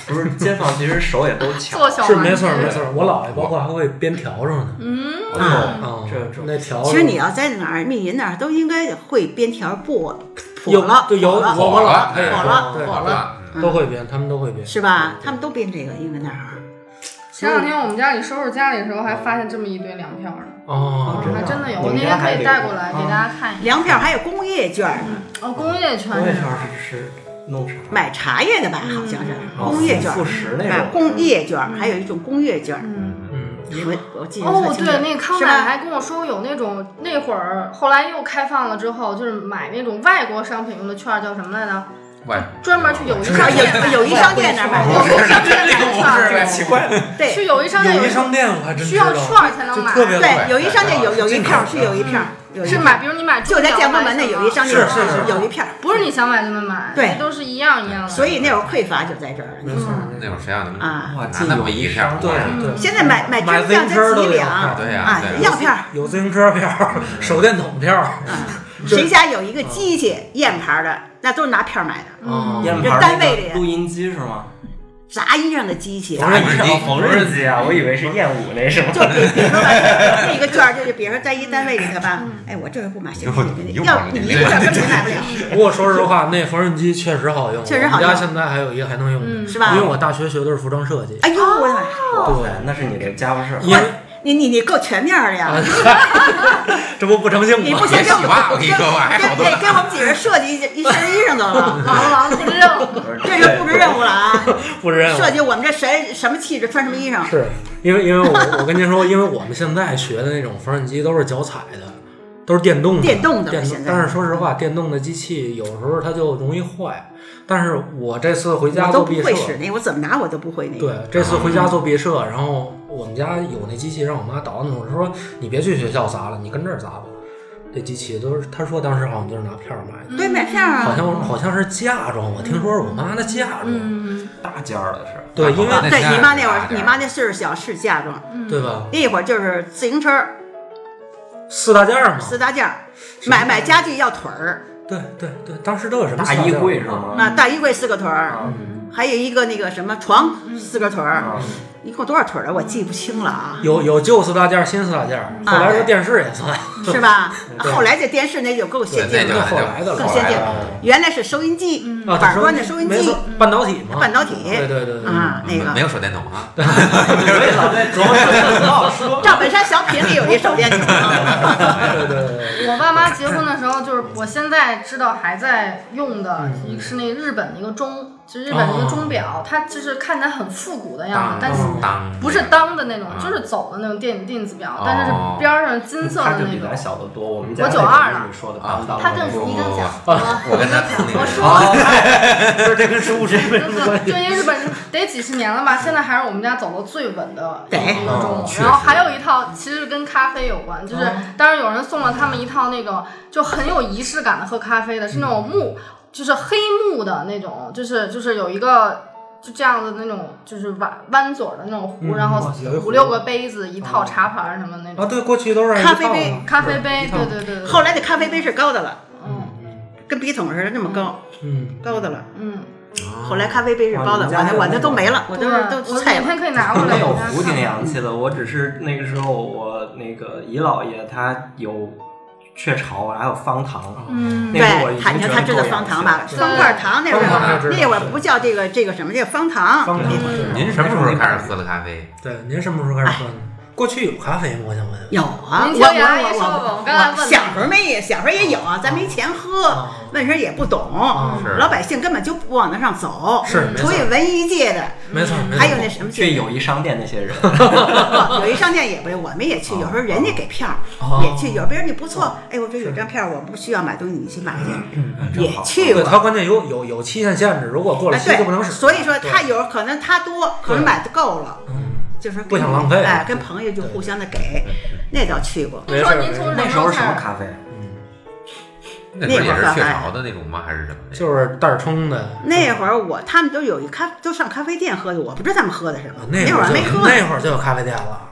S1: 不是，街坊其实手也都嗯巧
S4: 做。小
S7: 是
S4: 玩具
S7: 没错儿没错儿，我姥爷包括还会编条上呢。
S4: 嗯，
S1: 哦，
S7: 啊，
S1: 这这
S7: 那条
S2: 其实你要在哪儿，密云那儿都应该会编条布，谱
S7: 有
S2: 了，
S7: 对有哎
S2: 谱
S7: 我
S2: 了，
S7: 我姥
S3: 火
S7: 爷
S3: 了
S2: 火了
S7: 对
S2: 火
S3: 好嗯
S2: 了，
S3: 了，
S7: 都会编，他们都会编。
S2: 是吧？他们都编这个，应该那儿。啊
S4: 前两天我们家里收拾家里的时候，还发现这么一堆粮票呢，嗯
S7: 哦，
S1: 嗯真的
S4: 还真的有，
S1: 你
S4: 我
S1: 们
S4: 那
S1: 家
S4: 天可
S1: 还
S4: 以
S1: 得
S4: 带过来
S1: 啊
S4: 给大家看一下。
S2: 粮票还有工业券儿呢，
S4: 哦，工业圈
S1: 工业
S4: 是
S1: 圈
S4: 吧
S1: 是是弄啥？
S2: 买茶叶的吧，好像是
S1: 哦
S2: 工业券儿
S1: 副，食那
S2: 买
S1: 种。嗯
S2: 工业券儿，还有一种工业券儿。
S4: 嗯。
S7: 嗯，
S2: 我我记得特
S4: 哦，
S2: 清楚
S4: 对，那个康
S2: 是
S4: 奶
S2: 吧？
S4: 还跟我说有那种那会儿，后来又开放了之后，就是买那种外国商品用的券儿，叫什么来着？
S3: 喂，
S4: 专门去友谊商
S2: 啊，
S4: 店买，
S2: 有有一商店那儿买
S1: 啊
S4: 友
S2: 的，
S4: 谊商店买的券 儿，
S3: 奇怪，
S2: 对
S4: 去友谊商店
S7: 友
S4: 有
S7: 谊
S4: 一
S7: 商店我还真
S4: 需
S7: 知
S4: 要券
S7: 道，
S4: 儿才能
S7: 就
S4: 买
S7: 特别
S2: 对，有一商店有有一
S7: 进口
S2: 票
S7: 的
S2: 是有一票，有一
S4: 是
S2: 票
S4: 买，比如你买
S2: 就在
S4: 钟表
S2: 建国门那
S4: 买什么
S2: 有一商店
S7: 是是是
S2: 有一票，
S4: 不嗯是你想买就能买，
S2: 对
S4: 这都是一样一样的。
S2: 所以那会儿匮乏就在这儿
S7: 没错儿，没
S3: 那
S7: 错
S3: 会
S7: 儿
S3: 儿谁让你们
S2: 啊。
S1: 哇，
S3: 拿
S1: 这
S3: 那
S1: 有
S3: 么一
S1: 一
S3: 票
S1: 箱，
S7: 对
S1: 哇
S7: 对，
S2: 现在买买
S7: 买
S2: 支
S7: 自
S2: 票
S7: 行车
S2: 才
S7: 都
S2: 几
S7: 有
S2: 两
S7: 票
S2: 啊，
S3: 对呀、对
S2: 一
S3: 呀、
S2: 样票儿
S7: 有自行车票、手电筒票，
S2: 啊，
S7: 就
S2: 谁家有一个机器验牌的，那都是拿票买的，
S7: 嗯
S1: 烟
S2: 这
S1: 盘
S2: 单
S1: 那
S2: 位
S1: 个
S2: 里
S1: 录音机是吗？
S2: 炸衣裳的机器，
S7: 缝纫
S3: 机
S1: 缝纫机啊，我以为是燕舞那什么。
S2: 就比比如说吧，这一个券儿，就是比如说在一单位里头吧，哎，我这个不买，行行
S3: 你
S2: 行，
S3: 又
S2: 要
S3: 往里
S2: 你一
S3: 面
S2: 个根本买不了，
S7: 不过说实话，那缝纫机确实好用，
S2: 确实好用
S7: 我们家现在还有一个还能用呢，
S4: 嗯
S2: 是吧
S7: 因为？我大学学的是服装设计，
S2: 哎呦我的妈！
S7: 对，
S1: 那是你这家伙事儿。
S7: 因为
S2: 你你你够全面儿的呀！
S7: 这不不成性
S2: 你
S7: 吗
S2: 不？行
S3: 别洗袜我跟你说我还好
S2: 跟
S3: 多
S2: 得
S3: 呢
S2: 给我们几个人设计一一身衣裳得 了，
S4: 狼狼不知 道，
S1: 不是
S2: 这是布置任务了啊！
S7: 不认
S2: 设计我们这谁什么气质穿什么衣裳，
S7: 是因为因为我我跟您说，因为我们现在学的那种缝纫机都是脚踩的，都是电动的，
S2: 电动的
S7: 电动
S2: 现。在
S7: 但是说实话，电动的机器有时候它就容易坏。但是我这次回家
S2: 我都
S7: 做
S2: 不
S7: 毕
S2: 会使
S7: 设，
S2: 那，我怎么拿我都不会那个。
S7: 对，这次回家做毕设，然后我们家有那机器让我妈捣鼓，我说你别去学校砸了，你跟这儿砸吧。这机器都是，她说当时好像就是拿票买的，
S2: 对，买票啊！
S7: 好像好像是嫁妆，我听说是我妈的嫁妆，
S4: 嗯，
S1: 大件儿的是。
S7: 对，因为
S3: 那
S2: 对
S3: 家
S2: 你妈那会
S3: 大
S2: 儿，
S3: 点儿
S2: 你妈那岁数小是嫁妆，
S4: 嗯
S7: 对吧？
S2: 那会儿就是自行车
S7: 四大件儿嘛，
S2: 四大件儿，买买家具要腿儿，
S7: 对对对，当时都有什么
S1: 大衣柜是？吗？
S2: 啊，大衣柜四个腿儿，
S1: 啊
S2: 还有一个那个什么床四个腿儿，
S1: 啊
S2: 一共多少腿儿了？我记不清了啊，
S7: 有有旧四大件儿，新四大件儿，后来说电视也算，
S2: 是吧？
S7: 对
S2: 后来这电视那就够先
S3: 对
S2: 进
S3: 那就
S7: 这
S2: 了，
S7: 后来的了
S2: 更。先进
S1: 后来
S2: 了
S1: 的。
S2: 原来是收音机，
S7: 啊，
S2: 嗯板砖的收音
S7: 没
S2: 机嗯
S7: 错，半导体嘛，
S2: 半导体
S7: 对对对对，
S2: 啊，那
S3: 没
S2: 个
S3: 有手电筒啊，
S1: 所以老在琢磨这个，老说。
S2: 赵本山小品里有一手电筒，
S7: 对对对对，
S4: 我爸妈结婚的时候，就是我现在知道还在用的，一个是那日本的一个钟，就是日本的一个钟表，它就是看起来很复古的样子，
S3: 当
S4: 但是
S3: 当
S4: 不是当的那种
S3: 啊，
S4: 就是走的那种电电子表
S3: 哦，
S4: 但是是边儿上金
S2: 嗯
S4: 色
S1: 他
S4: 的
S1: 就
S4: 那
S1: 比咱
S4: 种。
S1: 小得多，我们家
S4: 我92了
S1: 你说的
S3: 啊
S1: 当当。
S4: 他跟你跟讲，
S3: 我跟他同龄
S4: 我说
S1: 啊， 不是这跟叔叔这 没什么关
S4: 就
S1: 系。
S4: 因为日本得几十年了吧，现在还是我们家走的最稳的
S2: 得
S4: 一个钟
S1: 嗯。
S4: 然后还有一套，其实跟咖啡有关，就是
S1: 啊
S4: 当时有人送了他们一套那种就很有仪式
S1: 嗯
S4: 感的喝咖啡的，是那种木，就是黑木的那种，就是就是有一个。就这样的那种，就是弯弯嘴儿的那种壶，
S7: 嗯
S4: 然后
S7: 有一壶
S4: 五六个杯子，一套茶盘儿什么那
S7: 啊，
S4: 种，
S7: 对，过去都是
S2: 咖啡
S7: 一套
S2: 杯
S1: 嗯
S7: 嘛
S4: 咖啡杯，对
S7: 是吧一套
S4: 对对对，
S2: 后来那咖啡杯是高的了，
S4: 嗯
S2: 跟笔筒似的那么高，
S7: 嗯，
S2: 高的了。
S4: 嗯，
S2: 后来咖啡杯是高
S1: 哦你
S2: 的，我
S1: 家还
S2: 那
S1: 有
S2: 我那都没了，我
S4: 我
S2: 都是都
S4: 我
S2: 菜
S4: 哪
S2: 了。
S4: 天可以拿过
S1: 我
S4: 来
S1: 那
S4: 给
S1: 有
S4: 大家
S1: 壶挺
S4: 看。
S1: 洋气的，我只是那个时候我那个姨姥爷他有雀巢，还有方糖，
S4: 嗯
S1: 那个我
S2: 对，
S1: 已经
S2: 他你
S1: 觉
S2: 看
S1: 得
S2: 他知道
S1: 够洋
S2: 方
S1: 气了
S2: 糖吧？
S4: 对
S2: 方块糖那会儿
S7: 方块糖
S2: 那会儿不叫这个这个什么叫方糖，
S7: 方
S4: 嗯
S7: 糖是吧
S3: 您什么时候开始喝的咖啡？
S7: 对，您什么时候开始喝的？过去有咖啡吗？我想问。
S2: 有啊，
S5: 您
S2: 我
S5: 听牙医
S2: 我
S5: 说吧，
S2: 我
S5: 我刚才
S2: 我
S5: 问
S2: 小时候没也小时候也有啊，
S7: 哦
S2: 咱没钱喝，
S7: 啊
S2: 那时候也不懂，
S3: 是
S2: 老百姓根本就不往那上走，
S7: 哦是没错
S2: 除以文艺界的，
S7: 没错，没错。
S2: 还有那什么
S1: 去
S2: 界的
S1: 友谊商店那些人，
S2: 不有一商店也不是，我们也去，有时候人家给票儿
S7: 哦
S2: 也去，有别人你不错，哎，我这有张票儿，我不需要买东西，你去买
S7: 嗯
S2: 去，也去过。
S7: 对，它关键有有有期限限制，如果过了
S2: 啊哎，
S7: 期就不能
S2: 对，
S7: 使。
S2: 所以说
S7: 对
S2: 他有可能他多，可能
S7: 对
S2: 买的够了，
S7: 嗯
S2: 就是跟
S7: 不想浪费
S2: 哎，跟朋友就互相的给，那倒去过。
S7: 没
S5: 您
S7: 事
S5: 说
S7: 儿
S5: 您
S7: 没事
S5: 从
S7: 儿
S1: 那
S5: 人
S1: 时候
S5: 中
S1: 什么
S5: 开始，
S1: 咖啡？
S7: 嗯
S3: 那时候也
S2: 那会
S3: 是
S2: 儿咖啡
S3: 雀巢的那种吗？还是什么的？
S7: 就是袋儿冲的。
S2: 那会儿我他们都有一咖，都上咖啡店喝去，我不知道他们喝的什么
S7: 啊，
S2: 那
S7: 会
S2: 会儿
S7: 儿
S2: 还
S7: 就
S2: 没喝呢。
S7: 那会儿就有咖啡店了。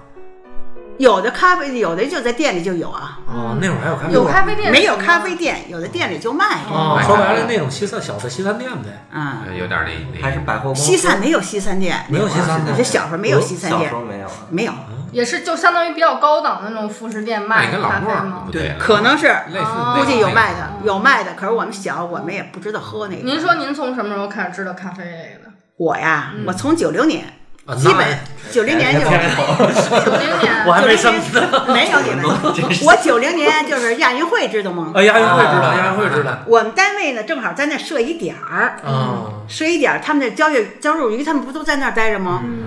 S2: 有的咖啡，有的就在店里就有啊，
S7: 哦，那会儿还有咖啡
S4: 有
S7: 店。
S4: 咖啡店
S2: 没有
S4: 是吗
S2: 咖啡店，有的店里就卖着。
S7: 哦，说白了那种西餐小的西餐店呗，
S2: 啊，
S3: 呃有点那那
S1: 嗯还是百货公司？
S2: 西餐没有西餐店，
S7: 没有西餐
S2: 你
S7: 店
S2: 这。小时候没有西餐
S1: 小
S2: 店
S1: 时，候没有啊。
S2: 没有，
S4: 也是就相当于比较高档的那种副食店
S3: 那
S4: 卖
S3: 你跟
S4: 的
S3: 老
S4: 咖啡
S3: 莫儿
S4: 吗
S3: 不？对了，
S2: 可能是
S3: 类似
S4: 哦
S3: 那
S2: 估计有卖
S3: 那
S2: 的，有卖的。可是我们小，我们也不知道喝那个。
S4: 您说嗯您从什么时候开始知道咖啡类的？
S2: 我呀，我从九零年，
S7: 啊
S2: 基本九零
S1: 哎
S2: 年就
S4: 九零年
S7: 我，还没生呢。
S2: 没有你 们， 我九零年就是亚运会，知道吗？
S7: 啊，亚运会知道，亚运会知道。
S2: 我们单位呢，正好在那设一点儿，
S7: 啊，
S2: 设一点儿，他们的交月交入鱼，他们不都在那儿待着吗？
S4: 嗯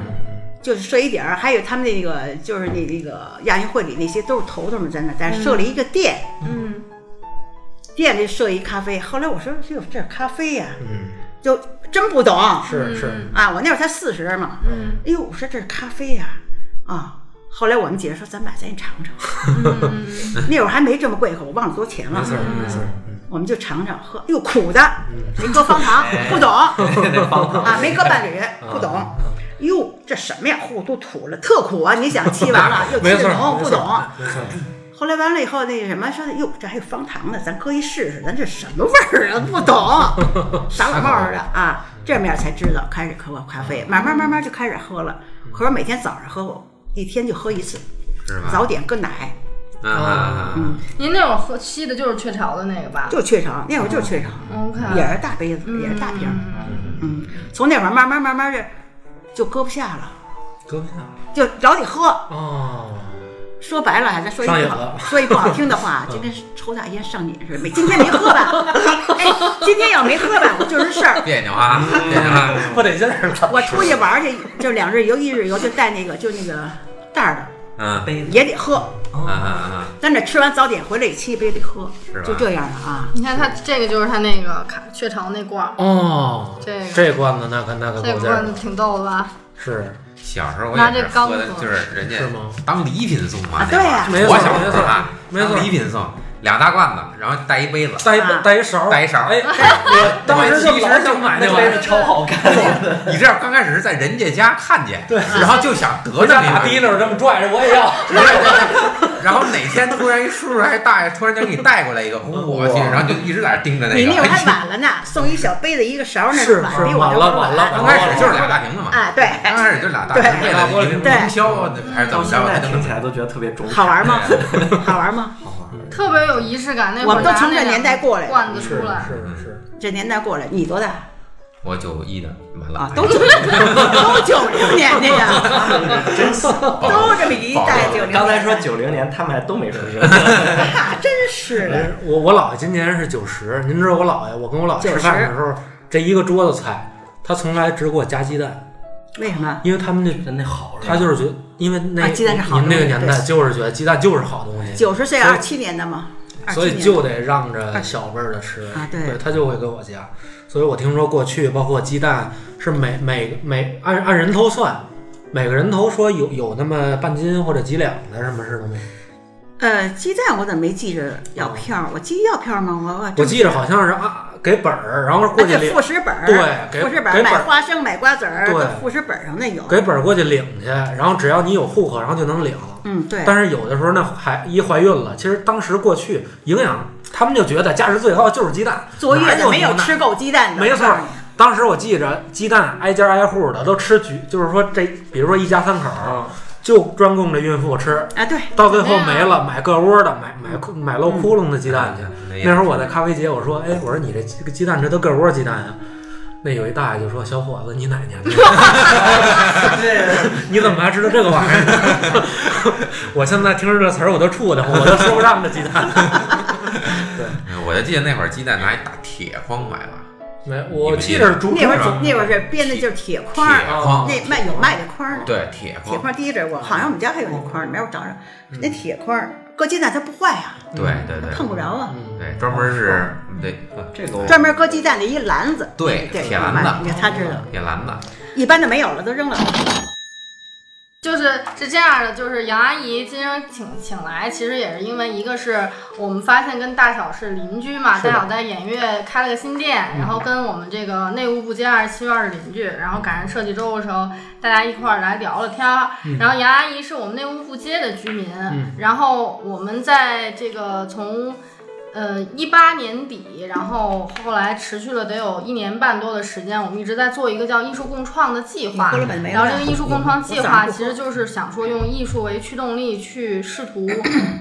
S2: 就是设一点儿，还有他们那个就是那那个亚运会里那些都是头头们在那儿待着，设了一个店，
S4: 嗯，
S2: 店里设一咖啡。后来我说，哎呦，这咖啡呀、
S7: 嗯，
S2: 就真不懂啊！
S7: 是是，
S2: 我那会儿才四十嘛，
S4: 嗯
S2: 哎呦，我说这咖啡呀、啊，后来我们姐说，咱买咱也尝 尝，
S4: 嗯
S2: 那会儿还没这么贵，我忘了多少钱
S7: 没
S2: 了
S7: 错。儿没错儿。嗯
S2: 我们就尝尝喝，哎呦苦的，没搁方 糖，
S7: 哎
S2: 不懂啊，没搁伴侣，不
S7: 嗯
S2: 懂。哟，这什么呀？糊都吐了，特苦啊！你想沏完 了又
S7: 没
S2: 沏不
S7: 错儿，
S2: 浓，
S7: 没
S2: 不
S7: 错
S2: 懂。
S7: 儿没错儿。
S2: 后来完了以后，那什么说的，哟，这还有方糖呢，咱搁一试试，咱这什么味儿啊？ 不懂，傻老帽儿似的啊。这面才知道开始喝咖啡，慢慢慢慢就开始喝了。可是每天早上喝我，一天就喝一次，
S3: 是吧？
S2: 早点跟奶，
S3: 啊啊啊！啊
S4: 您那会儿喝吸的就是雀巢的那个吧
S2: 就雀巢，那会儿就是雀巢，
S4: ？OK，
S7: 嗯
S2: 也是大杯子，也是大瓶儿。嗯，从那会儿慢慢慢慢的就搁不下了，
S7: 搁不下。
S2: 就老得喝。
S7: 哦，
S2: 说白了，咱说一
S7: 上瘾
S2: 句好
S7: 了，
S2: 说一不好听的 话，就跟抽大烟上瘾似的。没今天没喝吧？哎，今天要没喝吧，我就是事儿。
S3: 别扭啊，别扭啊！
S7: 不得劲儿了。
S2: 我出去玩去，就两日游、一日游，就带那个就那个袋儿
S3: 嗯
S2: 的，也得喝。
S3: 嗯嗯嗯，
S2: 咱这吃完早点回来，沏一杯得喝
S3: 是吧，
S2: 就这样了啊。
S4: 你看它这个就是它那个卡雀巢那罐儿，
S7: 哦，
S4: 这个
S7: 这罐子那可那可
S4: 这
S7: 够
S4: 个
S7: 劲儿
S4: 罐
S7: 了
S4: 子。挺逗的吧？
S7: 是，
S3: 小时候我也是喝的
S4: 拿这，缸
S3: 就是人家
S7: 是吗
S3: 当礼品送嘛
S2: 啊。对呀
S3: 那会儿
S7: 没错
S3: 我小时候啊，
S7: 没错没错
S3: 当礼品送俩大罐子，然后带一杯子，
S7: 带一
S2: 啊
S7: 带一勺儿，
S3: 带一勺儿
S7: 哎， 我当时就老想买那玩意儿。
S1: 超好看的，
S3: 你知道刚开始是在人家家看见，
S7: 对
S3: 然后就想得着
S7: 我家
S3: 那
S7: 打
S3: 个
S7: 滴溜儿这么拽着，我也要。
S3: 然后哪天突然一叔叔还大爷突然间给你带过来一个，我去，然后就一直在那盯着
S7: 哎
S3: 那
S2: 你那会
S3: 个哎
S2: 儿。还晚了呢，送一小杯子一个勺儿，那
S7: 是
S2: 晚
S7: 是
S2: 比我
S7: 晚
S2: 这
S7: 了
S2: 会儿
S7: 晚了晚
S3: 刚
S7: 了
S3: 开始就是俩大瓶子嘛，
S2: 哎，对，
S3: 刚开始就俩大瓶子，为了营销啊还是怎
S1: 到
S3: 么
S1: 现
S3: 着，
S1: 在
S3: 还能
S1: 听起来都觉得特别中产。
S2: 好玩吗？
S3: 对
S2: 好玩吗？
S1: 好玩。
S4: 特别有仪式感。那会
S2: 我
S4: 儿
S2: 们都
S4: 拿
S2: 从
S4: 那
S2: 这年代过来的
S4: 罐子
S7: 是
S4: 出来，
S7: 是是，
S2: 这年代过来，你多大？
S3: 我九一的，完了哎
S2: 啊，都九 都九零年的呀，
S1: 真是，
S2: 都这么一代九零。
S1: 刚才说，九零年他们还都没出生，
S2: 啊，真是的，
S7: 我我姥爷今年是九十，您知道我姥爷，我跟我姥爷吃饭的时候，这一个桌子菜，他从来只给我加鸡蛋，
S2: 为什么？
S7: 因为他们那
S1: 真的好是吧
S7: 他就是觉得，因为那
S2: 啊鸡蛋是好
S7: 您那个
S2: 东西
S7: 年代就是觉得鸡蛋就是好东西，
S2: 九十岁二七年的吗？
S7: 所以
S2: 27
S7: 就得让着小辈儿的吃
S2: 啊对
S7: 对，他就会给我加。所以我听说过去，包括鸡蛋是每每每按按人头算，每个人头说有有那么半斤或者几两的什么似的吗？
S2: 呃，鸡蛋我怎么没记着要票？我记要票吗？我我
S7: 我记着好像是啊，给本儿，然后过
S2: 而
S7: 去
S2: 且
S7: 领
S2: 副，食本儿，
S7: 对给
S2: 副食本
S7: 给
S2: 儿
S7: 本
S2: 买
S7: 儿
S2: 花生、买瓜子儿，
S7: 对
S2: 副食本儿上那有。
S7: 给本儿过去领去，然后只要你有户口，然后就能领。
S2: 嗯，对，
S7: 但是有的时候呢，还一怀孕了，其实当时过去营养，他们就觉得价值最高就是鸡蛋，
S2: 坐月
S7: 哪
S2: 子
S7: 有
S2: 没有
S7: 牛奶
S2: 吃够鸡蛋的，
S7: 没错
S2: 我告诉你
S7: 当时我记着，鸡蛋挨家挨户的都吃局，就是说这，比如说一家三口
S2: 嗯
S7: 儿，就专供这孕妇吃，
S2: 啊，对，
S7: 到最后没了，买个窝的，买买窟买镂窟窿的鸡蛋去。
S3: 那
S7: 那会儿我在咖啡节，我说，哎，我说你这这个鸡蛋这都个窝鸡蛋呀、那有一大爷就说：“小伙子，你哪年的？
S1: 对，
S7: 你怎么还知道这个玩意儿？” 我现在听着这词儿我都怵得慌，我都说不上这鸡蛋。
S3: 我就记得那会儿鸡蛋拿一大铁筐买吧，
S7: 没，我记着是竹
S2: 那会
S7: 筐
S2: 儿
S7: 啊
S2: 那会儿是编的就是铁
S3: 铁
S2: 框儿，哦
S3: 筐，
S7: 哦
S2: 那卖有卖的框儿的，
S3: 对铁
S2: 铁
S3: 筐，
S2: 框提着我，好像我们家还有那框儿，没有找着。
S7: 嗯
S2: 那铁框儿搁鸡蛋它不坏呀，
S3: 对对对
S2: 碰不着
S7: 嗯
S2: 啊。嗯
S3: 对，专门是对呃
S1: 这个我
S2: 专门搁鸡蛋的一篮子，嗯
S3: 对
S2: 对，
S3: 铁篮
S2: 你
S3: 子，
S2: 看他知
S7: 嗯
S2: 道，
S3: 铁篮子，
S2: 一般的没有了都扔了。
S7: 啊
S4: 就是是这样的，就是杨阿姨今天请请来，其实也是因为一个是我们发现跟大小是邻居嘛，
S7: 是的
S4: 大小在演乐开了个新店，然后跟我们这个内务部街二十七院的邻居，然后赶上设计周的时候，大家一块儿来聊了天儿。然后杨阿姨是我们内务部街的居民，然后我们在这个从。呃，一八年底，然后后来持续了得有一年半多的时间，我们一直在做一个叫“艺术共创”的计划。
S2: 喝了本没
S4: 然后这
S2: 了
S4: 个。艺术共创计划其实就是想说用艺术为驱动力去试图，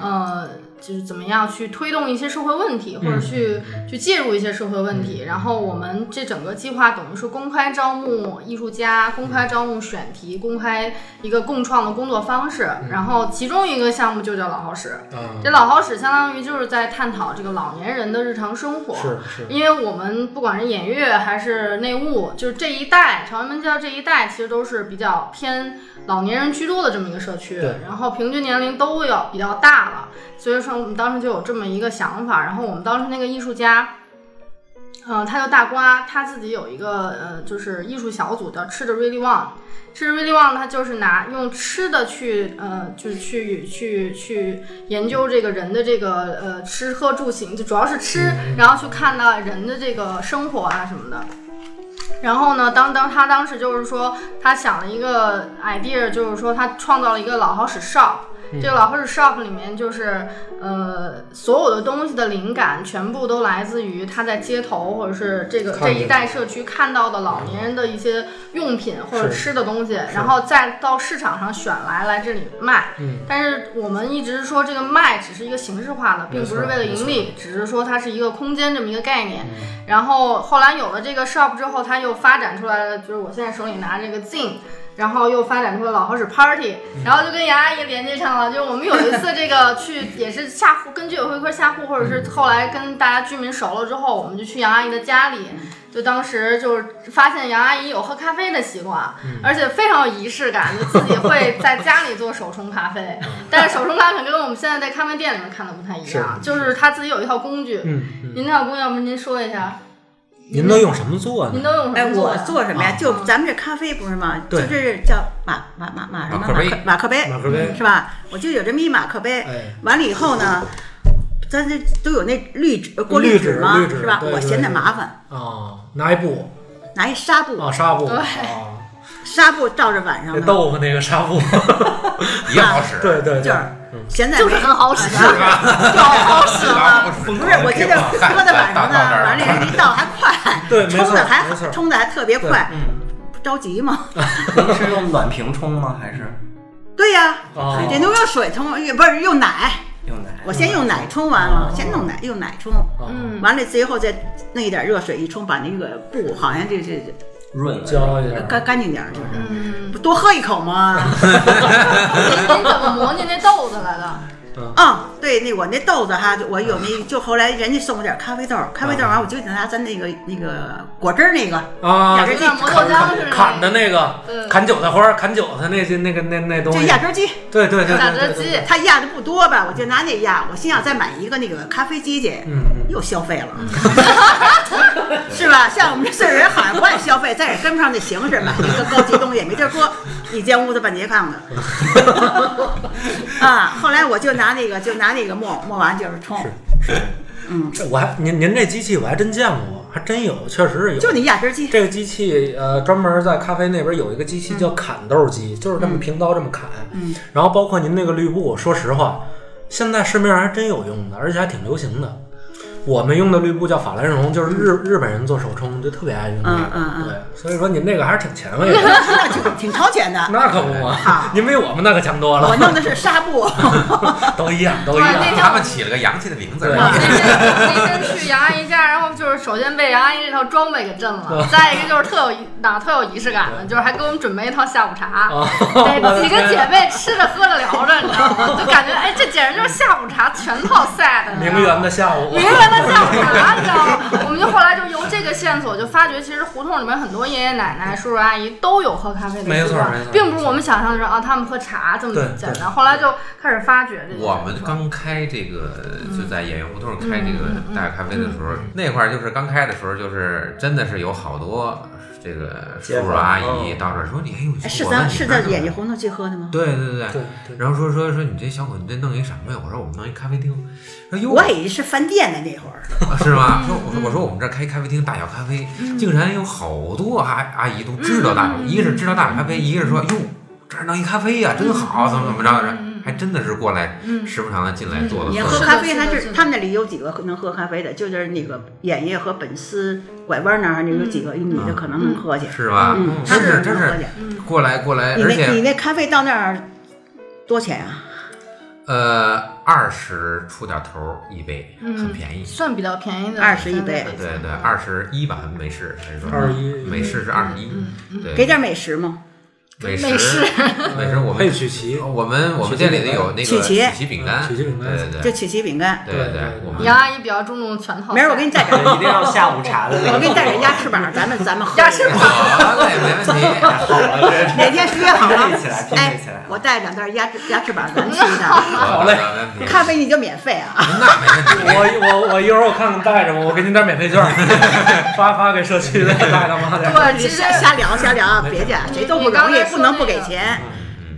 S4: 呃，就是怎么样去推动一些社会问题，或者去去介入一些社会问题。然后我们这整个计划等于是公开招募艺术家，公开招募选题，公开一个共创的工作方式。然后其中一个项目就叫老好使，这老好使相当于就是在探讨这个老年人的日常生活。
S7: 是是，
S4: 因为我们不管是演乐还是内务，就是这一代朝阳门街道这一代，其实都是比较偏老年人居住的这么一个社区
S7: 对，
S4: 然后平均年龄都要比较大了，所以说我们当时就有这么一个想法，然后我们当时那个艺术家。嗯、他叫大瓜，他自己有一个呃，就是艺术小组叫吃的 really want，吃的 really want，他就是拿用吃的去呃，就是去去去研究这个人的这个呃吃喝住行，就主要是吃，
S7: 嗯
S4: 然后去看到人的这个生活啊什么的。然后呢，当当他当时就是说，他想了一个 idea，就是说他创造了一个老好使 shop。这
S7: 嗯
S4: 个老好使 shop 里面就是，呃，所有的东西的灵感全部都来自于他在街头或者是这个
S7: 看
S4: 这
S7: 见
S4: 一带社区看到的老年人的一些用品或者
S7: 是
S4: 吃的东西，然后再到市场上选来来这里卖。
S7: 嗯，
S4: 但是我们一直说这个卖只是一个形式化的，并不是为了盈利，只是说它是一个空间这么一个概
S7: 嗯
S4: 念。然后后来有了这个 shop 之后，它又发展出来了，就是我现在手里拿这个 zin。然后又发展出了老好使 party，然后就跟杨阿姨连接上了。就是我们有一次这个去也是下户，跟居委会一块儿下户，或者是后来跟大家居民熟了之后，我们就去杨阿姨的家里。就当时就是发现杨阿姨有喝咖啡的习惯，而且非常有仪式感，就自己会在家里做手冲咖啡。但是手冲咖啡可能跟我们现在在咖啡店里面看的不太一样，就是她自己有一套工具。
S7: 嗯嗯，
S4: 您那套工具，要不您说一下？
S7: 您都用什么做呢
S4: 您？都用什
S2: 哎，
S4: 么做
S2: 我
S4: 呀？
S2: 做什么呀？就咱们这咖啡不是吗？就
S7: 啊对
S2: 是叫马马马马什么
S3: 马克杯
S2: 马克杯嗯
S7: 马克杯
S2: 是吧？我就有这么一马克杯
S7: 哎，
S2: 完了以后呢，咱这都有那滤纸呃过
S7: 滤纸
S2: 纸吗？
S7: 滤纸
S2: 是吧？
S7: 对
S2: 我
S7: 对
S2: 嫌它
S7: 对
S2: 麻烦，
S7: 啊，拿一布
S2: 拿一纱布，
S7: 啊，纱布
S4: 对
S7: 啊，
S2: 纱布罩着晚上
S7: 那
S2: 呢，
S7: 豆腐那个纱布，
S3: 也好
S2: 啊
S3: 使，
S7: 对对
S2: 就是
S7: 对，
S2: 现在
S4: 就是
S2: 没
S4: 很好使，
S2: 啊
S4: 好使了。
S3: 不
S2: 不是，我记得喝的晚上呢，完了人一倒还快，
S7: 对 没错
S2: 冲的还
S7: 没错哦
S2: 冲的还特别快，
S1: 嗯，
S2: 不着急吗？
S1: 您是用暖瓶冲吗？还是
S2: 对呀、
S7: 哦
S2: 得能用水冲，也不是用奶，
S1: 用奶？
S2: 我先用奶冲完了
S7: 哦，
S2: 先弄奶，用奶冲，
S7: 嗯，
S2: 完了最后再弄一点热水一冲，把那个布好像这这
S1: 润了
S7: 浇一
S2: 这
S7: 下，
S2: 干干净点儿，就是
S4: 嗯，
S2: 不多喝一口吗？
S4: 您您怎么磨进那豆子来的？
S2: 啊，对，那我那豆子哈，就我有那就后来人家送我点咖啡豆，咖啡豆完我就拿咱那个那个果汁儿那个，
S7: 啊
S2: 压，
S4: 有
S2: 根
S4: 点
S2: 儿
S4: 磨豆浆似的。
S7: 砍的那个
S4: 嗯
S7: 砍韭菜花儿，砍韭菜那些那个那那东
S2: 就
S7: 西，
S2: 压汁儿机，
S7: 对对对
S4: 打
S7: 对
S4: 汁
S7: 对
S4: 机
S7: 对，。
S2: 他压的不多吧，我就拿那压，我心想再买一个那个咖啡机去，
S7: 嗯嗯，
S2: 又消费了，是吧？像我们这岁数人好像不爱消费，但也跟不上那形势，买一个高级东西也没地儿搁，一间屋子半截炕的。啊，后来我就拿那个，就拿那个磨磨完就是冲，
S7: 这我还您您这机器我还真见过，还真有，确实是有。
S2: 就你压汁 机，
S7: 这个机器，呃，专门在咖啡那边有一个机器叫砍豆机，就是这么平刀这么砍。
S2: 嗯，
S7: 然后包括您那个绿布，说实话，现在市面上还真有用的，而且还挺流行的。我们用的绿布叫法兰绒，就是日、日本人做手冲，就特别爱用这个。
S2: 嗯嗯嗯
S7: 对，所以说您这个还是挺前卫 的。
S2: 那就挺超前 的。
S7: 那可不嘛
S2: 好，
S7: 您比我们那可强多
S2: 我
S7: 了，
S2: 弄的是纱布，
S7: 都一样，都一
S4: 对
S7: 样。
S4: 那
S3: 他
S4: 张
S3: 们起了个洋气的名字，
S7: 对
S3: 是吧
S4: 那天那天去杨阿姨家，然后就是首先被杨阿姨这套装备给震了，再一个就是特有仪哪特有仪式感的，就是还给我们准备一套下午茶，
S7: 啊，
S4: 对，几个姐妹吃着喝着聊着，你知道吗？就感觉哎，这简直就是下午茶全套 set，你知道
S7: 名
S4: 吗
S7: 媛的下午，
S4: 名媛的下午茶，你知道吗？我们就后来就由这个线索就发觉，其实胡同里面很多爷爷奶奶、叔叔阿姨都有喝咖啡的习惯，
S7: 没错没错
S4: 并不是我们想象的是啊，他们喝茶这么
S7: 对
S4: 简单。后来就开始发掘这个。
S3: 我们刚开这个就在演员胡同开这
S2: 嗯
S3: 个大咖啡的时候，那块儿就是刚开的时候，就是真的是有好多这个叔叔阿姨到这儿说你，哎呦，
S2: 是
S3: 我问
S2: 咱
S3: 你
S2: 是
S3: 们
S2: 在
S3: 怎么
S2: 眼睛胡同去喝的吗？
S3: 对对对
S7: 对
S3: 对。
S7: 对，
S3: 然后说说说你这小伙子，你这弄一什么呀？我说我们弄一咖啡厅。说哟，
S2: 我也是饭店的那会儿，
S3: 啊是吗？说我说我说我们这儿开咖啡厅，大小咖啡，
S2: 嗯
S3: 竟然有好多阿阿姨都知道大小，一个是知道大小咖啡，一个是说哟这儿弄一咖啡呀、真好，怎么怎么
S2: 嗯
S3: 着，然后还真的是过来
S4: 嗯
S3: 时不常的进来坐
S2: 你
S3: 坐
S2: 要嗯
S3: 喝
S2: 喝
S4: 是的
S2: 咖啡还
S4: 是的
S2: 是
S4: 是的
S2: 他们那里有几个能喝咖啡的，就是那个眼业和本司拐弯那儿有几个
S4: 嗯
S2: 女的可能能喝去，
S3: 是吧？
S2: 嗯，他
S3: 真是
S2: 们
S3: 真
S2: 能喝
S3: 是
S2: 去。
S3: 过来过
S4: 哎
S3: 来，
S2: 你
S3: 而
S2: 那你
S3: 且
S2: 那咖啡到那儿多少钱啊？
S3: 呃二十出点头儿一杯，
S2: 嗯
S3: 很便宜。
S4: 算比较便宜的，
S2: 20一杯
S4: 对
S3: 对对，二十一吧，美式还是说
S7: 21
S3: 美式是二十一，
S2: 嗯给
S3: 对，
S2: 点美食吗？
S4: 美
S3: 美式
S4: 式
S3: 美式我
S7: 配
S3: 们
S7: 曲奇，
S3: 我们我们店里头有那个
S2: 曲奇
S3: 奇饼干，
S7: 曲奇饼干
S3: 对对
S2: 就
S3: 对
S2: 曲奇饼干。
S3: 对
S7: 对
S3: 对，我们
S4: 杨阿姨比较注重全套 set。
S2: 明儿我给你带点，
S1: 一定要下午茶的那
S2: 我给
S1: 种
S2: 你带点鸭翅膀，咱们咱们喝一个。
S4: 鸭翅膀
S3: 好嘞，没问题。
S1: 好了，这
S2: 哪天约好了
S1: 拼配起来，拼
S2: 哎
S1: 配起来，
S2: 我带两袋鸭翅鸭翅膀，咱去一趟。
S3: 好嘞，没问题。
S2: 咖啡你就免费啊！
S3: 那没问题。
S7: 我我我一会儿我看看带着我，我给您点免费 券，发发给社区的大大妈的。
S4: 对，
S2: 你
S4: 其实
S2: 瞎瞎聊瞎聊，别介，谁都不
S4: 你刚
S2: 容易
S4: 才，说
S2: 不能
S4: 那
S2: 不给
S4: 个
S2: 钱，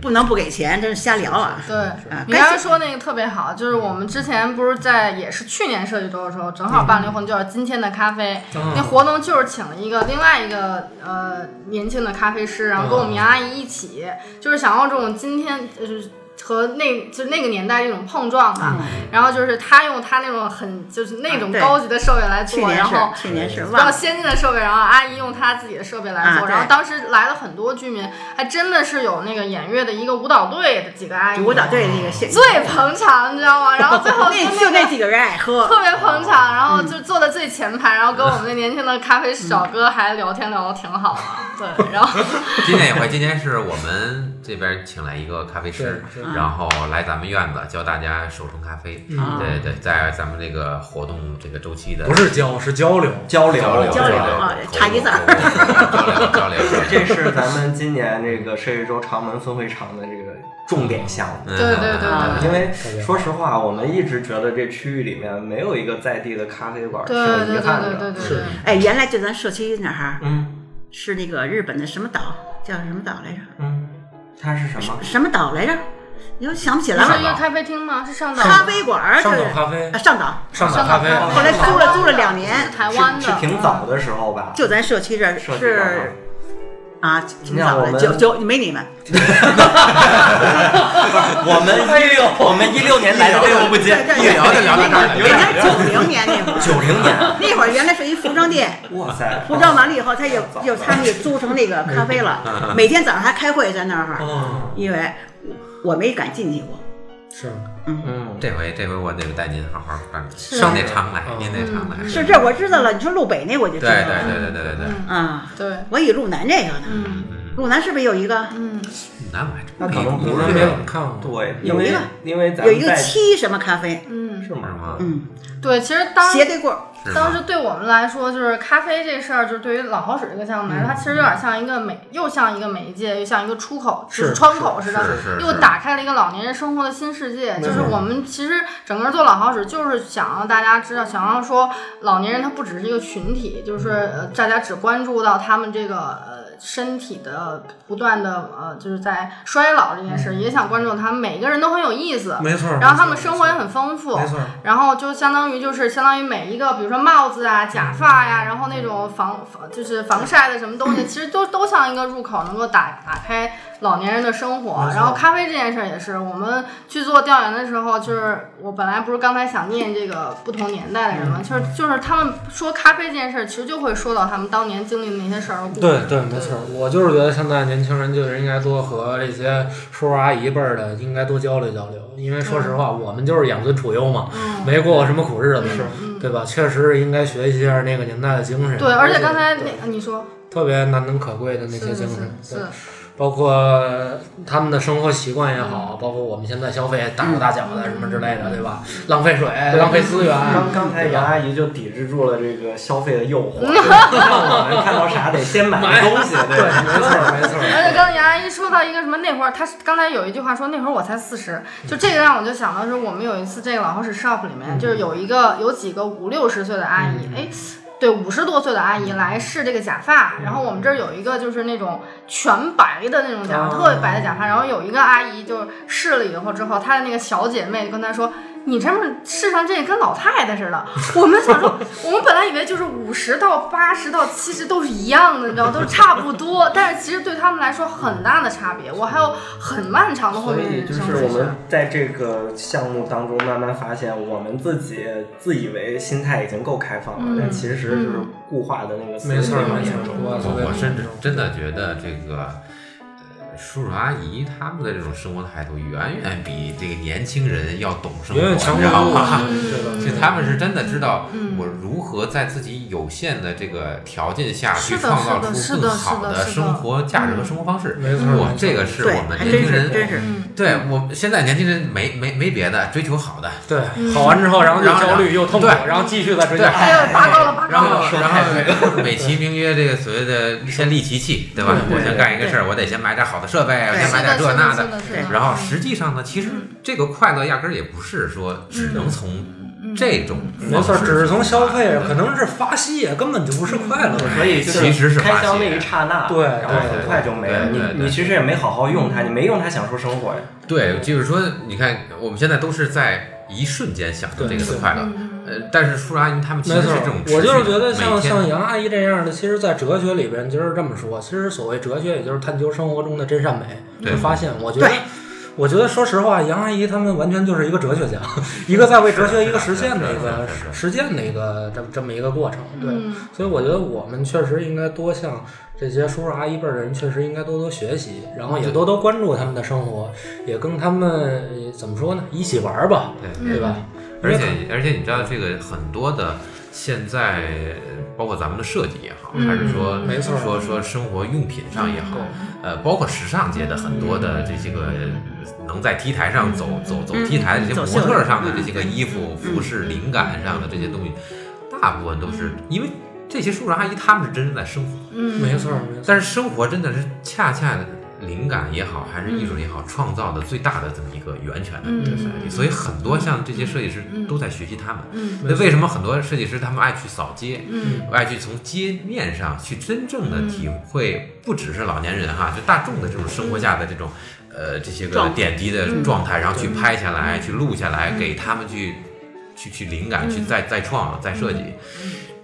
S2: 不能不给钱，真是瞎聊啊！
S4: 对
S2: 啊，
S4: 你
S2: 该
S4: 刚才
S2: 是
S4: 说那个特别好，就是我们之前不是在也是去年设计周的时候，正
S2: 嗯
S4: 好办了一活动，就是今天的咖啡。那活动就是请了一个另外一个呃年轻的咖啡师，然后跟我们
S2: 嗯
S4: 杨阿姨一起，就是想要这种今天就是。和那就是那个年代一种碰撞吧，然后就是他用他那种很就是那
S2: 嗯
S4: 种
S2: 啊对
S4: 高级的设备来
S2: 去
S4: 做，
S2: 年
S4: 然
S2: 是
S4: 后
S2: 去年是
S4: 比较
S2: 忘了，
S4: 先进的设备，然后阿姨用她自己的设备来
S2: 啊
S4: 做，
S2: 对
S4: 然后当时来了很多居民，还真的是有那个演乐的一个舞蹈队的几个阿姨，
S2: 舞蹈队那个现
S4: 最捧场，你知 道吗？然后最后跟
S2: 那就那
S4: 那个
S2: 几个人爱喝，
S4: 特别捧场，然后就坐在最前排，然后跟我们那年轻的咖啡小哥还聊天聊的挺好的，对，然后
S3: 今年也会，今年是我们这边请来一个咖啡师，然后来咱们院子教大家手冲咖啡。
S2: 嗯
S3: 对对，在咱们这个活动这个周期的
S7: 不是交是交流，
S1: 交流
S3: 交流
S2: 交流
S3: 流
S2: 啊差一字儿
S3: 交流交流。交流
S1: 这是咱们今年这个设计周长门分会场的这个重点项目。
S3: 对
S4: 对对对
S3: 嗯
S1: 啊，因为说实话，我们一直觉得这区域里面没有一个在地的咖啡馆，挺
S4: 对对
S1: 遗
S4: 对
S1: 憾
S4: 对对
S1: 的。
S4: 对
S7: 是
S4: 对，
S2: 哎，原来就咱社区那哈
S1: 嗯
S2: 是那个日本的什么岛，叫什么岛来着？
S1: 嗯，它是什么？
S2: 什么岛来着？你又想不起来
S4: 不是
S2: 了。
S4: 一个咖啡厅吗？是上岛
S2: 咖啡馆儿就
S7: 上
S2: 是
S7: 岛咖啡
S2: 啊，，上岛，
S7: 上岛
S4: 上
S7: 咖
S4: 岛
S7: 啡，
S4: 咖啡
S2: 后来租了租了两年，
S4: 台湾
S1: 是
S4: 的，
S1: 是挺早的时候吧？
S2: 就咱社区这儿
S1: 设计的啊
S2: 是啊，挺
S1: 那
S2: 早
S1: 我
S2: 的，
S1: 们
S2: 九九没你们，
S1: 我们一六，我们一六年来的六不接
S2: 对对
S3: 一聊就聊到这儿了，
S2: 人家九零年那会儿，
S1: 九零年，
S2: 那会儿原来是一服装店，
S1: 哇塞！
S2: 服装完了以后，他又又他们就租成那个咖啡了，每天早上还开会在那儿，
S7: 哦，
S2: 因为我没敢进去过，
S7: 是
S1: 嗯，
S3: 这回这回我得带您好好干，
S4: 是
S3: 上那常来，您那常来。
S2: 嗯是这我知道了，你说路北那我就
S3: 对
S2: 知道
S3: 对
S2: 了
S3: 对对对对对，
S2: 啊，
S4: 嗯对，
S2: 我以为路南这个呢，
S3: 嗯，
S2: 路南是不是有一个
S4: 嗯，
S3: 南我还真
S1: 那可
S3: 没
S1: 能
S7: 我
S1: 不
S7: 还
S1: 是
S7: 没怎么看过。
S1: 对，因
S2: 有一
S1: 为
S2: 个
S1: 因为咱
S2: 有
S1: 们
S2: 一个
S1: 在
S2: 七什么咖啡？
S4: 嗯，
S1: 是
S3: 是吗
S1: 吗？
S2: 嗯，
S4: 对，其实当
S2: 斜对过儿，
S3: 是
S4: 当
S3: 吗
S4: 时对我们来说，就是咖啡这事儿，就是对于老好使这个项目来
S3: 嗯
S4: 说，它其实有点像一个媒，又像一个媒介，又像一个出口，就是窗口似的
S3: 是是，是
S4: 又打开了一个老年人生活的新世界。就是我们其实整个做老好使，就是想让大家知道，想让
S3: 嗯
S4: 说老年人他不只是一个群体，就是呃大家只关注到他们这个呃身体的不断的呃，就是在衰老这件事，也想关注他们。每个人都很有意思，
S3: 嗯没错。
S4: 然后他们生活也很丰富，
S3: 没错。
S4: 然后就相当于就是相当于每一个，比如说帽子啊、假发呀、然后那种防防就是防晒的什么 东西，其实都都像一个入口，能够打打开老年人的生活。然后咖啡这件事儿也是，我们去做调研的时候，就是我本来不是刚才想念这个不同年代的
S7: 嗯
S4: 人嘛，就是就是他们说咖啡这件事儿，其实就会说到他们当年经历的那些事儿和故事。
S7: 对对，没错，我就是觉得现在年轻人就是应该多和这些叔叔阿姨辈儿的应该多交流交流，因为说实话，我们就是养尊处优嘛，
S4: 嗯，
S7: 没过过什么苦日子，对吧？确实是应该学习一下那个年代的精神。
S4: 对，而且
S7: 且
S4: 刚才
S7: 对
S4: 那你说
S7: 特别难能可贵的那
S4: 是
S7: 些
S4: 是
S7: 精神，对
S4: 是，
S7: 包括他们的生活习惯也
S4: 嗯
S7: 好，包括我们现在消费大手大脚的什么之类的，对吧？浪费水，浪费资源，
S4: 嗯
S1: 刚刚才杨阿姨就抵制住了这个消费的诱惑，对让我们看到啥得先买个东西，
S7: 对，
S1: 对吧？
S7: 没错没错。
S4: 而且刚才杨阿姨说到一个什么，那会儿她是刚才有一句话说那会儿我才四十，就这个让我就想到是我们有一次这个老好使 shop 里面，就是有一个有几个五六十岁的阿姨，哎。对五十多岁的阿姨来试这个假发，然后我们这儿有一个就是那种全白的那种假发，
S1: 哦
S4: 特别白的假发。然后有一个阿姨就试了以后之后，她的那个小姐妹就跟她说：“你这么试上这跟老太太似的。”我们 想说，我们本来以为就是五十到八十到七十都是一样的，你知道，都差不多。但是其实对他们来说很大的差别，我还有很漫长的后
S1: 所
S4: 面
S1: 以
S4: 人
S1: 就
S4: 生。
S1: 是我们在这个项目当中慢慢发现，我们自己自以为心态已经够开放了，但其实就是固化的那个思
S7: 没
S1: 维
S7: 错
S1: 非
S4: 嗯
S1: 常
S7: 没错
S1: 严重。
S7: 我嗯
S3: 我我甚至真的觉得这个。呃叔叔阿姨他们的这种生活态度，远远比这个年轻人要懂生活，
S7: 远远
S3: 你
S7: 强
S4: 嗯
S3: 知
S7: 过
S3: 道
S7: 我
S3: 吗？
S1: 嗯
S7: 们，对吧？
S3: 就他们是真的知道我如何在自己有限的这个条件下去
S4: 是的
S3: 创造
S4: 是
S3: 出
S4: 的
S3: 更
S4: 是的
S3: 好
S4: 是的
S3: 生活价值和生活方式。
S7: 没错
S3: 我
S7: 没错
S3: 这个是
S2: 对
S3: 我，们
S2: 还
S3: 年
S2: 真
S3: 轻
S2: 是
S3: 人，
S2: 真是，
S4: 嗯
S3: 对我们现在年轻人没没没别的，追求好的，
S4: 嗯
S7: 对，好完之后，然后又
S3: 然后
S7: 焦虑又痛苦，
S3: 对
S7: 然后继续再追
S3: 对
S7: 加。
S4: 哎呀，拔高了，拔
S3: 然
S4: 高了。
S3: 后然后 美其名曰这个所谓的先利其器，对吧？
S1: 对
S3: 我先干一个事儿，我得先买点好的设备，我
S2: 对
S3: 先买点
S5: 是
S3: 这
S5: 的，
S3: 那
S5: 是
S3: 的。
S5: 的，是的，
S3: 然后实际上呢，其实这个快乐压根儿也不是说只能从
S4: 嗯
S3: 这种
S7: 嗯没错，
S3: 方式
S7: 只是从消费
S3: 去，
S7: 可能是发泄，根本就不是
S3: 嗯
S7: 快乐。
S1: 所以就是
S3: 其实是
S1: 开
S3: 发
S1: 箱
S3: 泄
S1: 那一刹那，
S7: 对
S1: 然后很快就没了。
S3: 啊对对对对
S1: 你你其实也没好好用它，你没用它享受生活呀。
S3: 对，就是说，你看我们现在都是在一瞬间享受这个的快乐，
S4: 嗯
S3: 呃，但是叔叔阿姨他们其
S7: 没
S3: 实是
S7: 错
S3: 这种，持续
S7: 我
S3: 的，
S7: 就是觉得像
S3: 每天
S7: 像杨阿姨这样的，其实，在哲学里边就是这么说。其实所谓哲学，也就是探究生活中的真善美。
S3: 对
S7: 就发现，我觉得
S2: 对，
S7: 我觉得说实话，杨阿姨他们完全就是一个哲学家， 一个在为哲学一个实践的一个
S3: 是是是
S7: 实践的一个这么这么一个过程。对，
S4: 嗯
S7: 所以我觉得我们确实应该多向这些叔叔阿姨辈儿的人，确实应该多多学习，然
S3: 啊
S7: 后也多多关注他们的生活，也跟他们呃怎么说呢，一起玩儿吧，
S3: 对
S7: 对吧？
S3: 而
S7: 因为
S3: 且而且你知道这个很多的现在，包括咱们的设计也好，还是说
S7: 没错
S3: 说说生活用品上也好，呃，包括时尚界的很多的这些个呃能在 T 台上走走走 T 台的这些模特儿上的这些个衣服、服饰、灵感上的这些东西，大部分都是因为这些叔叔阿姨他们是真正在生活。
S4: 嗯
S7: 没错，没错，
S3: 但是生活真的是恰恰灵感也好，还是艺术也好，创造的最大的这么一个源泉。对，所以很多像这些设计师都在学习他们。
S4: 嗯
S3: 那为什么很多设计师他们爱去扫街，爱去从街面上去真正的体会，不只是老年人哈，就大众的这种生活下的这种。呃，这些个
S2: 状态
S3: 点滴的状态，然后去拍下来，去录下来，给他们去去去灵感，去再再创、再设计，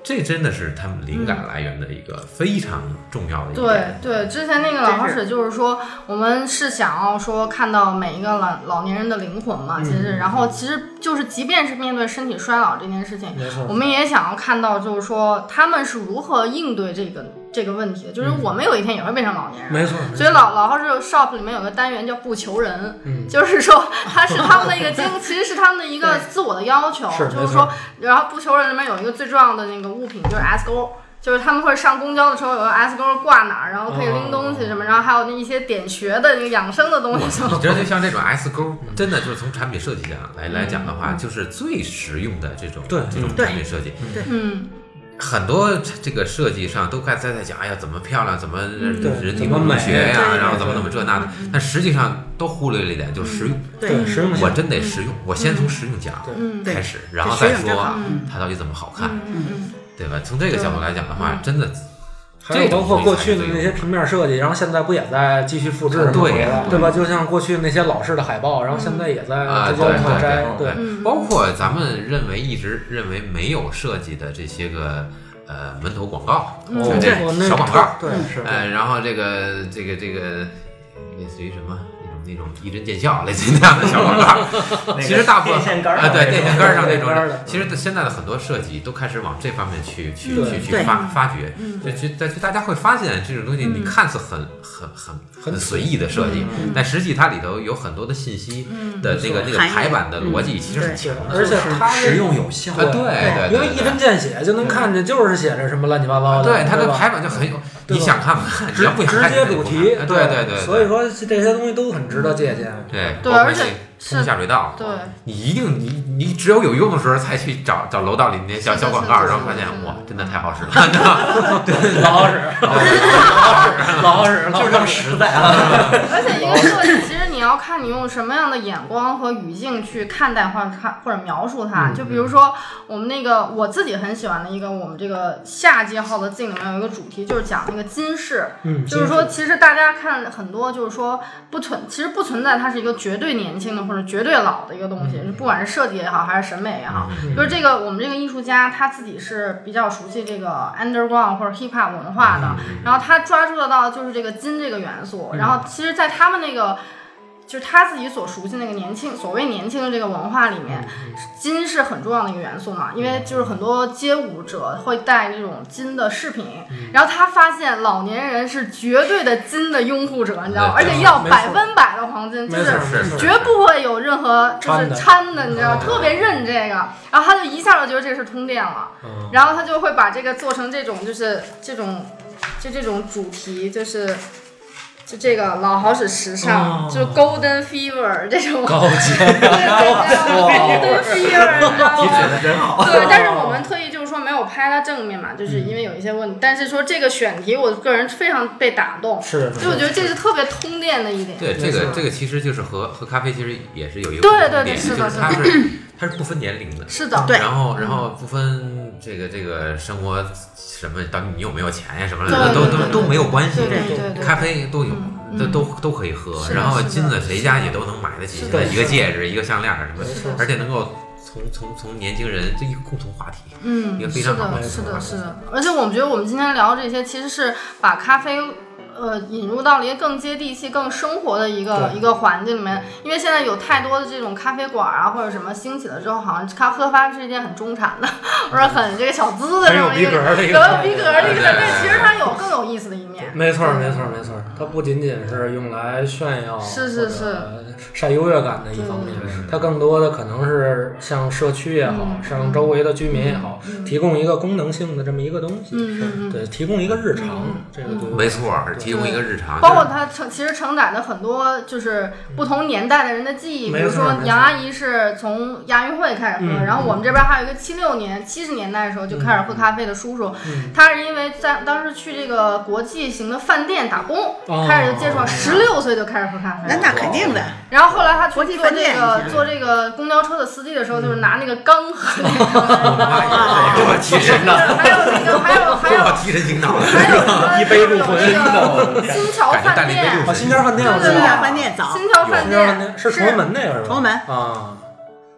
S3: 这真的是他们灵感来源的一个非常重要的一
S4: 对
S3: 点。
S4: 对，之前那个老好使就是说，我们是想要说看到每一个老老年人的灵魂嘛，其实，然后其实就是，即便是面对身体衰老这件事情，
S7: 没错
S4: 我。们也想要看到，就是说他们是如何应对这个这个问题的，就是我们有一天也会变成老年人。
S7: 没错，
S4: 所以老老号这个 shop 里面有个单元叫不求人，
S7: 嗯
S4: 就是说它是他们的一个经，其实是他们的一个自我的要求，
S7: 是
S4: 就是
S7: 没错
S4: 说，然后不求人里面有一个最重要的那个物品就是 S 钩。就是他们会上公交的时候有个 S 钩挂哪儿，然后可以拎东
S3: 哦
S4: 西什么，然后还有那一些点穴的那个养生的东西什么
S3: 你。知道，就像这种 S 钩，真的就是从产品设计上来来讲的话，就是最实用的这种
S7: 对
S3: 这种
S2: 对
S3: 产品设计。
S4: 嗯，
S3: 很多这个设计上都在在在讲，哎呀，怎么漂亮，怎么
S7: 对
S3: 人体
S7: 怎么
S3: 工
S7: 美
S3: 学呀、
S7: 对
S3: 然后怎么怎么这那的，但实际上都忽略了一点，就是实用。
S2: 嗯
S7: 对，实用性
S3: 我真得实用，我先从实用讲
S4: 嗯
S2: 对
S3: 开始，然后再
S2: 实用就
S3: 说啊
S2: 好嗯
S4: 嗯
S3: 它到底怎么好看，对吧？从这个角度来讲的话，真的啊
S7: 还有包括过去的那些平面设计，然后现在不也在继续复制吗？
S3: 对嗯
S7: 吧对吧？就像过去那些老式的海报，然后现在也在
S3: 啊
S7: 在往上
S3: 对
S7: 摘。
S3: 对
S7: 对，
S3: 包括咱们认为一直认为没有设计的这些个呃门头广告，
S7: 我
S3: 就这
S7: 我那
S3: 小广告，
S7: 嗯对
S1: 是
S3: 呃，然后这个这个这个类似于什么那种那种一针见效，类似于那样的小广告，
S1: 那个
S3: 其实大部分
S1: 电线杆儿
S3: 啊，对电线杆儿上那
S7: 电线杆儿
S3: 种
S7: 的，
S3: 其实现在的很多设计都开始往这方面去去
S7: 对嗯
S3: 去去
S2: 对
S3: 发发掘，
S4: 嗯
S3: 就就但就大家会发现这种东西，你看似很很很很随意的设计，
S4: 嗯
S3: 但实际它里头有很多的信息的
S7: 嗯
S3: 那个那个
S2: 含义
S3: 排版的逻辑其实很
S2: 对
S3: 强的，
S7: 而且它
S3: 实
S7: 用有效
S3: 啊，对对，
S7: 因
S3: 对
S7: 为
S3: 嗯
S7: 一针见血就能看见，就是写着什么乱七八糟的，
S3: 对
S7: 对
S3: 它的
S7: 吧
S3: 排版就很有，
S7: 对
S3: 你
S7: 吧
S3: 想看不看？ 你
S7: 直
S3: 要不想
S7: 直
S3: 看
S7: 接
S3: 你
S7: 主
S3: 就不
S7: 题，
S3: 看对对对，
S7: 所以说这些东西都很值得借鉴。
S3: 对
S4: 对
S3: 包括
S4: 而且
S3: 那
S4: 是
S3: 通下水道，
S4: 对，
S3: 你一定你你只有有用的时候才去找找楼道里那些小
S4: 是的
S3: 小广告，
S4: 是的
S3: 然后发
S4: 是
S3: 现
S4: 的是的
S3: 哇，真的太好使了。嗯
S7: 老好使，老好使，老好
S1: 就是
S7: 使，
S1: 这么实在啊。
S4: 而且一个设计，其实你要看你用什么样的眼光和语境去看待或者看或者描述它。就比如说我们那个我自己很喜欢的一个，我们这个夏季号的镜里面有一个主题，就是讲那个金饰。
S7: 嗯，
S4: 就是说，其实大家看很多，就是说不存，其实不存在它是一个绝对年轻的或者绝对老的一个东西，不管是设计也好，还是审美也好，就是这个我们这个艺术家他自己是比较熟悉这个 underground 或者 hip hop 文化的，
S7: 嗯
S3: 嗯
S4: 然后他抓住得到就是这个金这个元素，然后其实，在他们那个。就是他自己所熟悉那个年轻，所谓年轻的这个文化里面，
S7: 嗯
S4: 金是很重要的一个元素嘛，因为就是很多街舞者会戴这种金的饰品，
S7: 嗯
S4: 然后他发现老年人是绝对的金的拥护者，你知道吗？而
S3: 对
S4: 且要
S7: 没错
S4: 百分百的黄金，就
S7: 没
S4: 是
S7: 错，
S3: 是
S7: 没错
S4: 绝不会有任何就是掺的，你知道，
S7: 嗯
S4: 特别认这个，然后他就一下就觉得这是通电了，
S7: 嗯
S4: 然后他就会把这个做成这种就是这种就这种主题就是。就这个老好使时尚，
S7: 哦
S4: 就是 Golden Fever 这种，
S7: 高级，
S4: 对对对对，Golden Fever，你知道
S1: 提
S4: 吗？
S1: 取的真好。
S4: 对，但是我们特意就是说没有拍它正面嘛，就是因为有一些问题。但是说这个选题，我个人非常被打动，
S7: 是，
S4: 就我觉得这是特别通电的一点。
S3: 对，这个这个其实就是和和咖啡其实也是有一个
S4: 对
S3: 共同
S4: 对对
S3: 点
S4: 是的
S3: 就是
S4: 是
S3: 它是它是不分年龄的，
S4: 是的，
S2: 对
S3: 然后然后不分这个这个生活什么，到底你有没有钱呀什么
S4: 对
S3: 的，都
S4: 对
S3: 都
S4: 对
S3: 都没有关系
S4: 对。对对对，
S3: 咖啡都有，都都都可以
S4: 是
S3: 喝，
S4: 的
S3: 然后
S4: 是的
S3: 金子谁家也都能买得
S4: 是
S3: 起，现
S4: 的
S3: 在一个
S4: 是的
S3: 戒指、一个项链儿什么的
S4: 是的，
S3: 而且能够从从从年轻人这一个共同话题，
S4: 嗯，
S3: 一个非
S4: 是
S3: 常好
S4: 的，
S3: 的
S4: 是
S3: 一个
S4: 的，
S3: 方
S4: 是
S3: 式
S4: 的。而且我们觉得我们今天聊这些，其实是把咖啡。呃，引入到了一个更接地气、更生活的一个
S7: 对
S4: 一个环境里面，因为现在有太多的这种咖啡馆啊，或者什么兴起了之后，好像咖喝咖啡是一件很中产的， 或者很这个小资的这
S7: 很有
S4: 么一
S7: 逼格
S4: 个，
S7: 儿的一
S4: 有
S7: 个
S4: 有逼格儿的一个，
S3: 对对
S4: 对，
S3: 对
S4: 其实它有更有意思的一面。
S7: 没错，没错，没错。它不仅仅是用来炫耀，
S4: 是是是，
S7: 晒优越感的一方面，它更多的可能是向社区也
S4: 嗯
S7: 好，向周围的居民也好，提供一个功能性的这么一个东西，
S4: 嗯嗯嗯，嗯
S7: 对，提供一个日常，这个对，
S3: 没错儿，提供一个日
S7: 啊
S3: 常，
S4: 包括它承其实承载了很多就是不同年代的人的记忆，比
S7: 嗯没
S4: 如
S7: 错
S4: 说
S7: 没错
S4: 杨阿姨是从亚运会开始喝，
S7: 嗯
S4: 然后我们这边还有一个七六年七十年代的时候就开始喝咖啡的叔叔，
S7: 嗯
S4: 他是因为在当时去这个国际型的饭店打工，
S7: 哦
S4: 开始就接触，十六岁就开始喝咖
S2: 那
S4: 啡。
S2: 那肯定的，
S4: 然后后来他去
S2: 国
S4: 做
S2: 际饭
S4: 这
S2: 店
S4: 个
S2: 以前
S4: 做这个公交车的司机的时候，就是
S7: 嗯
S4: 拿那个缸喝那个咖 啡，
S3: 这么提神呢，
S4: 还有那个还有啊还
S3: 这
S4: 有
S3: 么提神醒脑的。
S4: 还有说
S7: 一杯入魂
S4: 有 那个新桥饭
S3: 感觉带了一杯入
S4: 店
S3: 魂，
S7: 啊，新家饭店，我知
S2: 新
S4: 对
S7: 道
S2: 家饭店早，
S4: 新桥饭
S7: 新家
S4: 店
S7: 饭店是崇文门那边吧？
S2: 啊崇文门
S7: 啊，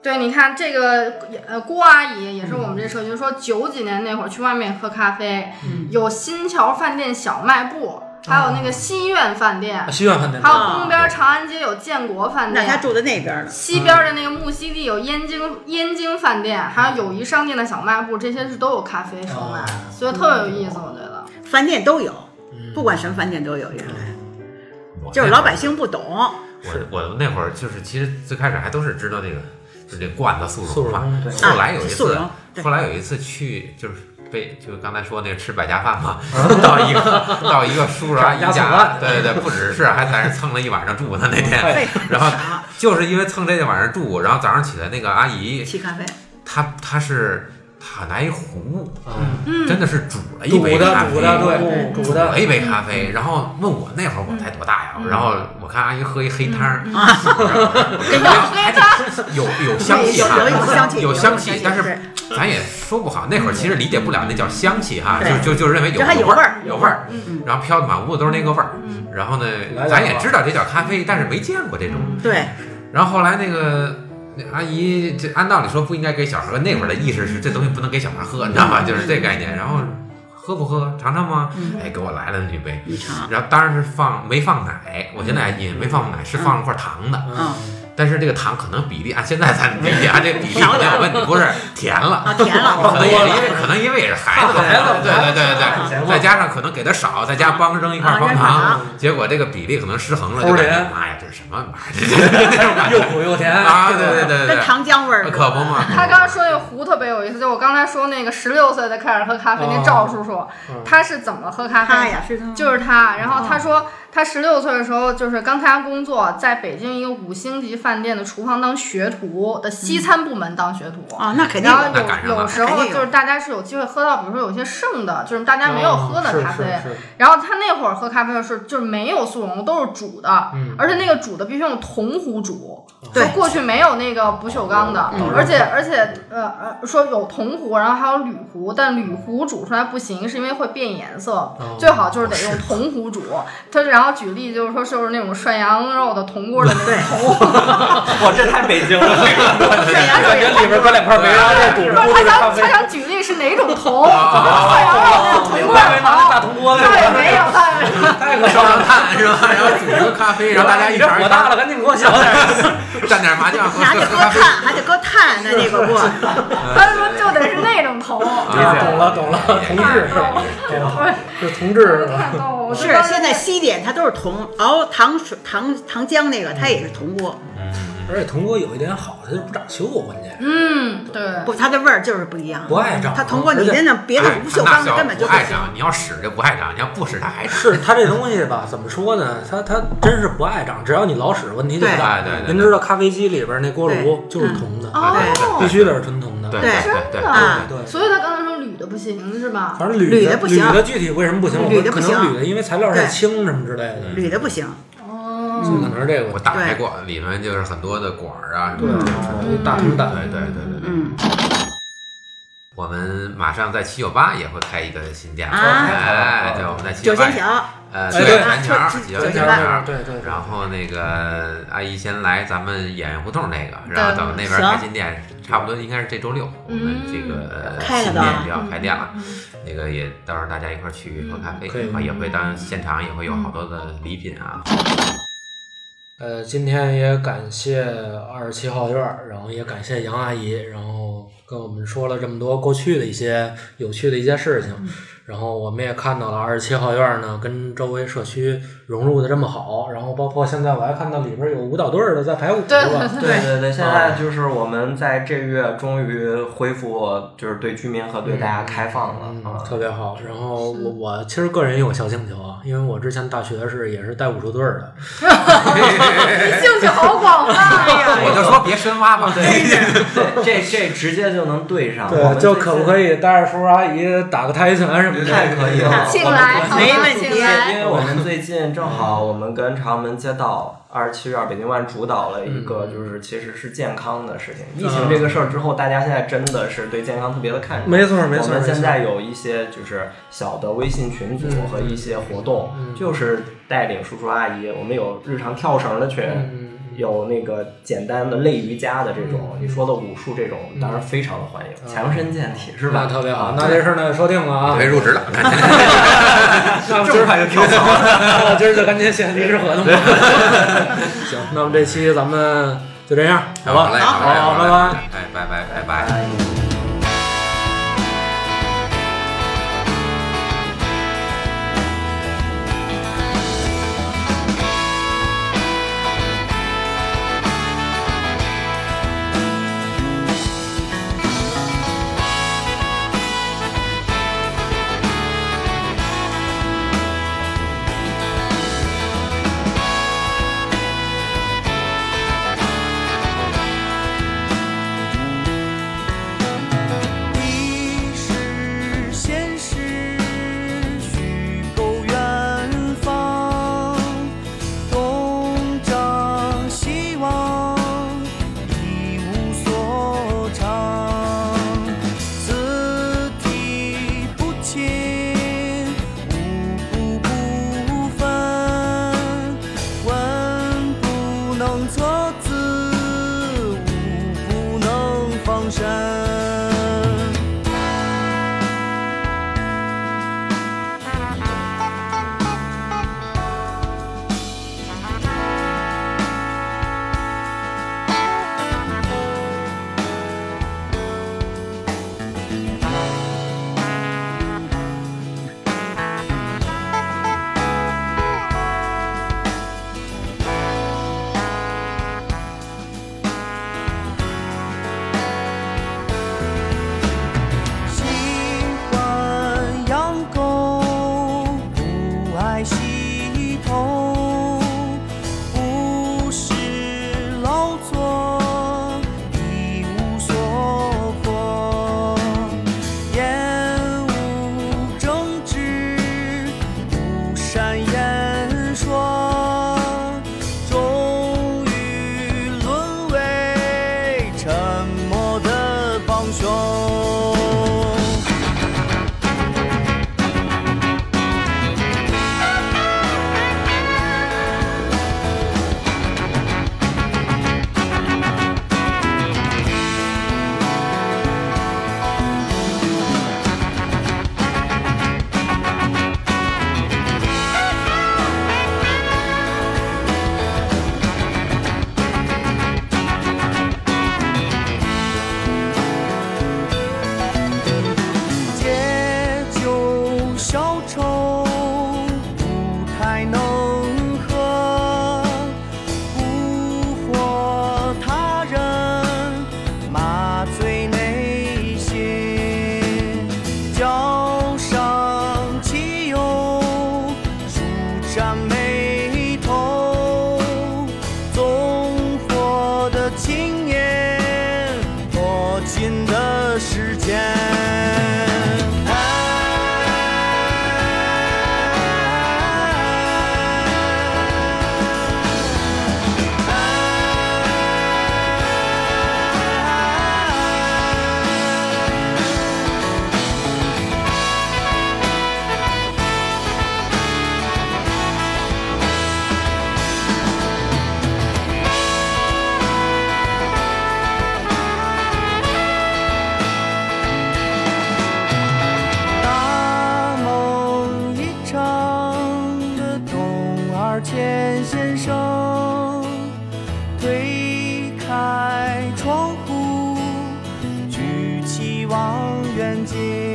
S4: 对，你看这个呃，郭阿姨也是我们这社区，说九几年那会儿去外面喝咖啡，有新桥饭店小卖部，还有那个西苑饭店
S7: 啊，西苑饭店
S4: 还，有东边长安街有建国饭
S2: 那他
S4: 店。
S2: 住在那边呢。
S4: 西边的那个木樨地有燕京燕京饭店，还有友谊商店的小卖部，这些是都有咖啡售卖，
S7: 哦
S4: 所以特有意思，我觉得。
S2: 饭店都有，不管什么饭店都有，原来
S3: 我
S2: 就是
S3: 那会儿
S2: 老百姓不懂，
S3: 我我那会儿就是，其实最开始还都是知道那个，就是这罐子速
S7: 速
S3: 溶
S7: 溶
S3: 嘛。
S7: 对啊
S3: 后来有一
S2: 速
S3: 次
S2: 溶，对
S3: 后来有一次去就是被就刚才说那个吃百家饭嘛， 到一个到一个叔叔阿姨
S7: 鸭子
S3: 家
S7: 饭，哎
S3: 对对对，不只是还在那蹭了一晚上住呢那天，
S2: 对，
S3: 然后就是因为蹭这一晚上住，然后早上起来那个阿姨
S2: 沏咖啡，
S3: 她她是。他拿一壶，
S7: 啊，
S3: 真的是煮了一
S7: 煮
S3: 杯
S7: 的
S3: 咖
S7: 煮
S3: 啡，
S7: 的，
S2: 嗯
S7: 对，煮
S3: 煮
S7: 的
S3: 了一杯咖啡，然后问我那会儿我才多大呀？
S7: 嗯
S3: 然后我看阿姨喝一黑汤儿，
S4: 嗯
S2: 嗯
S5: 那他
S3: 有有香气
S2: 有
S3: 哈，
S2: 有有香气
S3: 有
S2: 有
S3: 香
S2: 有香
S3: 气
S2: 气，
S3: 但是
S2: 对
S3: 咱也说不好，那会儿其实理解不了那叫香气哈，
S2: 对
S3: 就就就认为有
S2: 这还有
S3: 味
S2: 味儿嗯
S3: 有味儿，然后飘的满屋子都是那个味儿，然后呢
S7: 来，
S3: 咱
S7: 两
S3: 也
S7: 碗
S3: 知道这叫咖啡，但是没见过这种。
S2: 对，
S3: 然后后来那个那阿姨，这按道理说不应该给小孩喝，那会儿的意识是这东西不能给小孩喝，你知道吗？就是这概念。然后喝不喝，尝尝吗？
S2: 嗯
S3: 哎，给我来了那杯。
S2: 你尝，
S3: 然后当然是放没放奶，我现在也没放奶，是放了块糖的。
S2: 嗯
S3: 但是这个糖可能比例按现在咱理解啊，这比例可能有问题，不是甜
S2: 啊，
S3: 了。
S2: 甜
S3: 可
S2: 了，
S3: 能也因为可能因为也是孩子，
S7: 孩子
S3: 对对对
S7: 孩
S3: 对
S7: 子
S3: 对，再加上可能给的少，再加帮扔一块方
S2: 啊
S3: 糖，结果这个比例可能失衡了，就
S7: 齁
S3: 感
S7: 甜
S3: 觉妈呀，这是什么玩意儿？这种感觉
S7: 又苦又甜
S3: 啊，对对对对
S2: 跟
S3: 对，
S2: 糖浆味儿似的。
S3: 啊可不嘛。
S4: 他刚刚说那个壶特别有意思，就我刚才说那个十六岁才开始喝咖啡
S3: 哦
S4: 那赵叔叔，
S3: 嗯
S4: 他是怎么喝咖啡
S2: 他
S4: 的？
S2: 哎呀，哦是他，
S4: 就是他，然后他说他十六岁的时候，就是刚参加工作，在北京一个五星级饭店的厨房当学徒的西餐部门当学徒。
S2: 啊，那肯定
S4: 然后
S2: 有
S3: 那赶上
S4: 有
S3: 了
S4: 有时候
S2: 肯定有
S4: 就是大家是有机会喝到，比如说有些剩的，就是大家没
S3: 哦
S4: 有喝的咖啡，
S7: 是是是
S4: 然后他那会儿喝咖啡的时候，就是没有速溶，都是煮的，
S7: 嗯
S4: 而且那个煮的必须用铜壶煮，
S2: 对
S4: 说过去没有那个不锈钢的，
S2: 嗯
S4: 而且而且呃呃说有铜壶，然后还有铝壶，但铝壶煮出来不行，是因为会变颜色，最好就是得用铜壶煮。他然后举例就是说就是那种涮羊肉的铜锅的那种铜壶，
S1: 哇，这太北京了，
S4: 涮羊肉
S7: 感觉
S4: 也
S7: 里边搁两块梅拉这煮
S4: 不
S7: 出
S4: 是他
S7: 的咖
S4: 想
S7: 啡
S4: 他，想举例是哪种铜，涮羊肉那种铜锅的
S7: 拿那大
S4: 铜，
S7: 铜锅子，
S4: 那也没有他。
S7: 太可
S3: 烧
S7: 怕
S3: 上
S7: 了。
S3: 炭是吧？然后煮一个咖啡，然后大家一
S7: 你
S3: 盘
S7: 这
S3: 儿
S7: 火
S3: 一
S7: 大
S3: 盘
S7: 了，赶紧给我小点儿。
S3: 儿蘸点麻酱喝
S2: 你还
S3: 喝
S2: 得
S3: 喝
S2: 搁
S3: 咖啡。
S2: 碳，还得搁碳的那个锅，
S4: 他说就得是那种头，
S3: 啊
S7: 懂了懂了同志懂了，这同志
S4: 太逗了。我
S2: 是
S4: 就当时
S2: 现在西点它都是铜熬糖水糖糖浆那个，它也是铜锅，
S7: 而且铜锅有一点好，它就不长锈，关键
S4: 嗯，对，
S2: 不，它的味儿就是不一样。
S7: 不爱长。
S2: 它铜锅你
S7: 这
S2: 那那别的
S3: 哎
S2: 无锈钢的
S3: 那
S2: 根本就
S3: 不
S2: 不
S3: 爱
S2: 行。
S3: 长，你要使就不爱长，你要不使它还长。
S7: 是它这东西吧，怎么说呢？它它真是不爱长，只要你老使，问题就
S2: 对
S7: 大。
S3: 对对对
S7: 您知道咖啡机里边那锅炉
S2: 啊对
S7: 就是铜的，
S4: 哦
S2: 嗯
S7: 必须得是纯铜的。
S3: 对
S2: 对
S3: 对对
S4: 真的
S3: 对
S2: 啊
S7: 对，
S4: 所以他刚才说铝的不行是吧？
S7: 反正铝
S2: 铝
S7: 的
S2: 的不行
S7: 铝的具体为什么不行？我
S2: 铝
S7: 们
S2: 的
S7: 可
S2: 不
S7: 能
S2: 行嗯
S7: 铝的因为材料太轻什么之类的，
S2: 铝的不行，
S4: 哦，
S7: 所以可能是这
S3: 对，
S7: 个
S3: 我。打开过，里面就是很多的管儿啊。
S7: 对，纯大铜
S3: 对
S7: 胆。
S3: 对对对对。
S2: 嗯，
S3: 我们马上在七九八也会开一个新店，
S2: 啊
S3: 哎，对，我们在七
S2: 九
S3: 八
S2: 仙，桥，啊
S3: 呃，
S7: 哎
S3: 对，
S7: 对
S3: 南桥，
S2: 九九
S3: 九南
S2: 仙
S3: 桥
S2: 桥。
S7: 对对对。
S3: 然后那个阿姨先来咱们演员胡同那个，然
S2: 嗯
S3: 后
S4: 对
S3: 等那边开新店，差不多应该是这周六，我们这个
S2: 开了嗯
S3: 新
S2: 的啊
S3: 店就要开店了。
S4: 嗯
S3: 那个也到时候大家一块儿去喝咖啡
S7: 嗯可以，
S3: 啊也会当现场也会有好多的礼品啊。
S7: 呃，今天也感谢二十七号院儿，然后也感谢杨阿姨，然后跟我们说了这么多过去的一些有趣的一些事
S1: 嗯
S7: 情，然后我们也看到了二十七号院儿呢跟周围社区融入的这么好，然后包括现在我还看到里边有舞蹈队儿的在排舞，
S4: 对
S7: 是吧
S1: 对对对，现
S7: 嗯
S1: 在就是我们在这月终于恢复，就是对居民和对大家开放了
S7: 嗯，
S1: 啊。
S7: 特别好。然后我我其实个人也有小请求啊，因为我之前大学是也是带武术队儿的，
S4: 兴趣好广泛
S2: 嗯
S4: 呀！
S3: 我就说别深挖吧，
S7: 嗯
S1: 对，这这直接就能对上。啊我
S7: 对，
S1: 们
S7: 就可不可
S1: 以？
S7: 以带着叔叔阿姨打个太极拳什么的？
S1: 太可以了，
S4: 请
S1: 我们
S4: 来，好吧
S2: 没问题
S4: 请
S1: 因
S4: 来。
S1: 为我们最近正好，我们跟朝阳门街道二十七院北京湾主导了一个，
S7: 嗯
S1: 就是其实是健康的事情。疫情这个事儿之后，大家现在真的是对健康特别的看重。
S7: 没错没错
S1: 我们
S7: 没错
S1: 现在有一些就是小的微信群组
S7: 嗯
S1: 和一些活动，就是带领叔叔阿姨，我们有日常跳绳的群。
S7: 嗯
S1: 有那个简单的类瑜伽的这种，你说的武术这种，当然非常的欢迎，强身健体是吧？
S7: 嗯那特别好
S1: 啊，
S7: 那这事儿呢说定了啊
S3: 别。入职了。
S7: 那我们今儿就跳槽了，今儿就赶紧写离职合同吧。 行，那我们这期咱们就这样，好吧？
S3: 好嘞，嘞，
S7: 好，
S3: 好
S7: 拜
S3: 嘞，
S7: 拜。
S3: 哎，拜拜，拜拜。
S6: 「能测字，武不能防身。喜欢养狗，不爱洗头，无事劳作，一无所获。厌恶争执，不善言说，终于沦为沉默的帮凶。借酒消愁，不太能喝，蛊惑他人，麻醉内心，浇上汽油，舒展眉头，纵火的青年，多情的时间。大梦一场的董二千先生，推开窗户，举起望远镜。